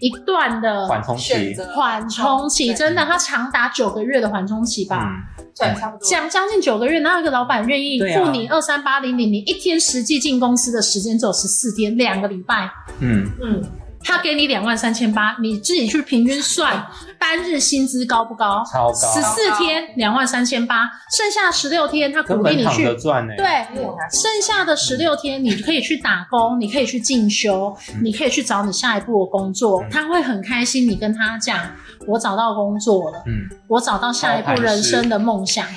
[SPEAKER 3] 一段的
[SPEAKER 2] 缓冲期
[SPEAKER 5] 选。择
[SPEAKER 3] 缓冲期，
[SPEAKER 5] 对
[SPEAKER 3] 真的，他长达九个月的缓冲期吧。
[SPEAKER 2] 嗯，
[SPEAKER 5] 赚差不多。
[SPEAKER 3] 将将近九个月，哪有一个老板愿意
[SPEAKER 2] 对啊
[SPEAKER 3] 付你二三八零零？你一天实际进公司的时间只有十四天，两个礼拜，
[SPEAKER 2] 嗯，
[SPEAKER 5] 嗯，
[SPEAKER 3] 他给你两万三千八，你自己去平均算单日薪资高不高？
[SPEAKER 2] 超高，啊
[SPEAKER 3] 十四天两万三千八，剩下十六天他
[SPEAKER 2] 根
[SPEAKER 3] 鼓励
[SPEAKER 2] 本
[SPEAKER 3] 你
[SPEAKER 2] 躺
[SPEAKER 3] 去
[SPEAKER 2] 着赚呢。
[SPEAKER 3] 对
[SPEAKER 5] 因为我还，
[SPEAKER 2] 嗯
[SPEAKER 3] 剩下的十六天你可以去打工，你可以去进修，
[SPEAKER 2] 嗯
[SPEAKER 3] 你可以去找你下一步的工作
[SPEAKER 2] 嗯，
[SPEAKER 3] 他会很开心。你跟他讲，我找到工作了，
[SPEAKER 2] 嗯，
[SPEAKER 3] 我找到下一步人生的梦想。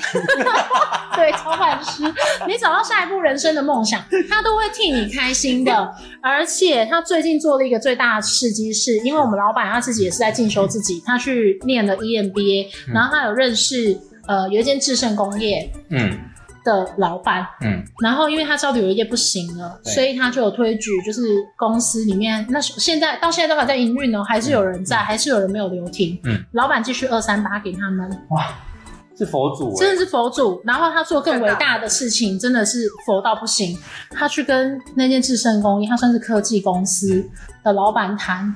[SPEAKER 3] 对，超凡师，你找到下一步人生的梦想，他都会替你开心的。而且他最近做了一个最大的事迹，是因为我们老板他自己也是在进修自己，他去念了 E EMBA，
[SPEAKER 2] 嗯
[SPEAKER 3] 然后他有认识呃有一间制胜工业
[SPEAKER 2] 嗯
[SPEAKER 3] 的老板，
[SPEAKER 2] 嗯
[SPEAKER 3] 然后因为他知道旅游业不行了，
[SPEAKER 2] 对
[SPEAKER 3] 所以他就有推举，就是公司里面那时候现在到现在都还在营运哦，还是有人在，还是有人没有留停。
[SPEAKER 2] 嗯，
[SPEAKER 3] 老板继续二三八给他们，
[SPEAKER 2] 是佛祖欸，
[SPEAKER 3] 真的是佛祖。然后他做更伟大的事情，真的是佛到不行。他去跟那间智胜工业，他算是科技公司的老板谈，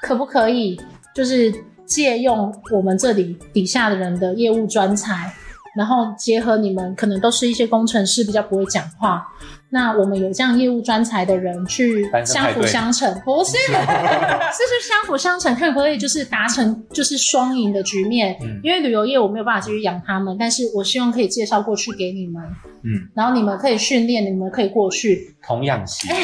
[SPEAKER 3] 可不可以就是借用我们这里底下的人的业务专才，然后结合你们可能都是一些工程师比较不会讲话，那我们有这样业务专才的人去
[SPEAKER 2] 单身
[SPEAKER 3] 相
[SPEAKER 2] 派对
[SPEAKER 3] 辅相成，不是，是去相辅相成，看可不可以就是达成就是双赢的局面。
[SPEAKER 2] 嗯
[SPEAKER 3] 因为旅游业我没有办法继续养他们，但是我希望可以介绍过去给你们，
[SPEAKER 2] 嗯，
[SPEAKER 3] 然后你们可以训练，你们可以过去。啊
[SPEAKER 2] 童养媳。
[SPEAKER 3] 哎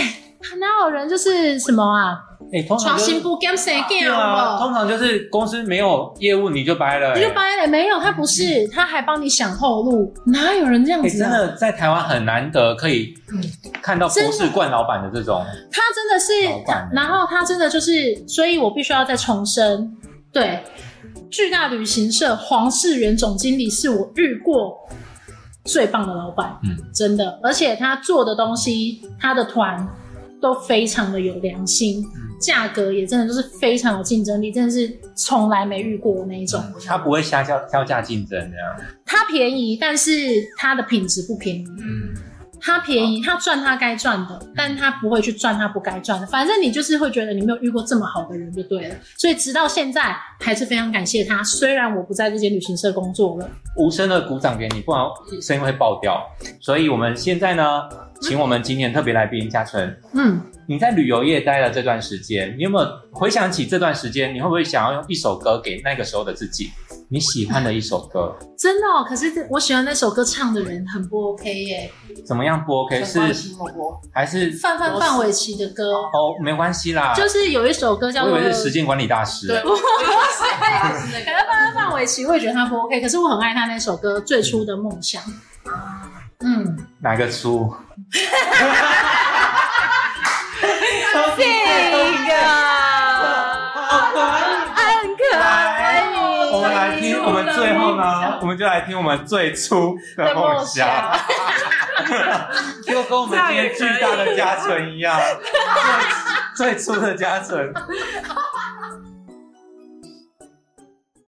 [SPEAKER 3] 哪有人就是什么啊，
[SPEAKER 2] 哎，通常
[SPEAKER 3] 创
[SPEAKER 2] 就
[SPEAKER 3] 新
[SPEAKER 2] 是
[SPEAKER 3] 不 game 谁 g
[SPEAKER 2] 对
[SPEAKER 3] a
[SPEAKER 2] 啊，通常就是公司没有业务你就掰了欸，
[SPEAKER 3] 你就掰了，没有，他不是，他还帮你想后路，哪有人这样
[SPEAKER 2] 嗯哎，
[SPEAKER 3] 子、
[SPEAKER 2] 真
[SPEAKER 3] 啊？
[SPEAKER 2] 的在台湾很难得可以看到博士冠老板的这种，
[SPEAKER 3] 他真的
[SPEAKER 2] 老
[SPEAKER 3] 是，
[SPEAKER 2] 板欸
[SPEAKER 3] 然后他真的就是，所以我必须要再重申，对，巨大旅行社黄世元总经理是我遇过最棒的老板，
[SPEAKER 2] 嗯
[SPEAKER 3] 真的，而且他做的东西，他的团都非常的有良心，
[SPEAKER 2] 嗯
[SPEAKER 3] 价格也真的就是非常有竞争力，真的是从来没遇过那一种。
[SPEAKER 2] 嗯他不会瞎叫叫价竞争这样。
[SPEAKER 3] 它便宜，但是它的品质不便宜。
[SPEAKER 2] 嗯，
[SPEAKER 3] 它便宜，它赚它该赚的，但它不会去赚它不该赚的。反正你就是会觉得你没有遇过这么好的人就对了。所以直到现在还是非常感谢他，虽然我不在这间旅行社工作了。
[SPEAKER 2] 无声的鼓掌给你，不然声音会爆掉。所以我们现在呢，请我们今年特别来宾嘉纯，
[SPEAKER 3] 嗯，
[SPEAKER 2] 你在旅游业待了这段时间，你有没有回想起这段时间？你会不会想要用一首歌给那个时候的自己？你喜欢的一首歌，
[SPEAKER 3] 真的哦。可是这我喜欢那首歌唱的人很不 OK 耶、
[SPEAKER 2] 怎么样不 OK？是还是
[SPEAKER 3] 范范范玮琪的歌，
[SPEAKER 2] 哦，没关系啦。
[SPEAKER 3] 就是有一首歌叫
[SPEAKER 2] 我以
[SPEAKER 3] 做
[SPEAKER 2] 为是时间管理大师。
[SPEAKER 5] 对，，我也是
[SPEAKER 3] 可能范范范玮琪，我也觉得他不 OK，可是我很爱他那首歌《最初的梦想》。嗯，
[SPEAKER 2] 哪个出？
[SPEAKER 6] 这
[SPEAKER 2] 哎
[SPEAKER 6] 个
[SPEAKER 2] 好烦。
[SPEAKER 6] 很可爱，
[SPEAKER 2] 我们来听，我们最后呢，我们就来听我们最初的梦想， 就跟我们今天巨大的嘉纯一样，最最初的嘉纯，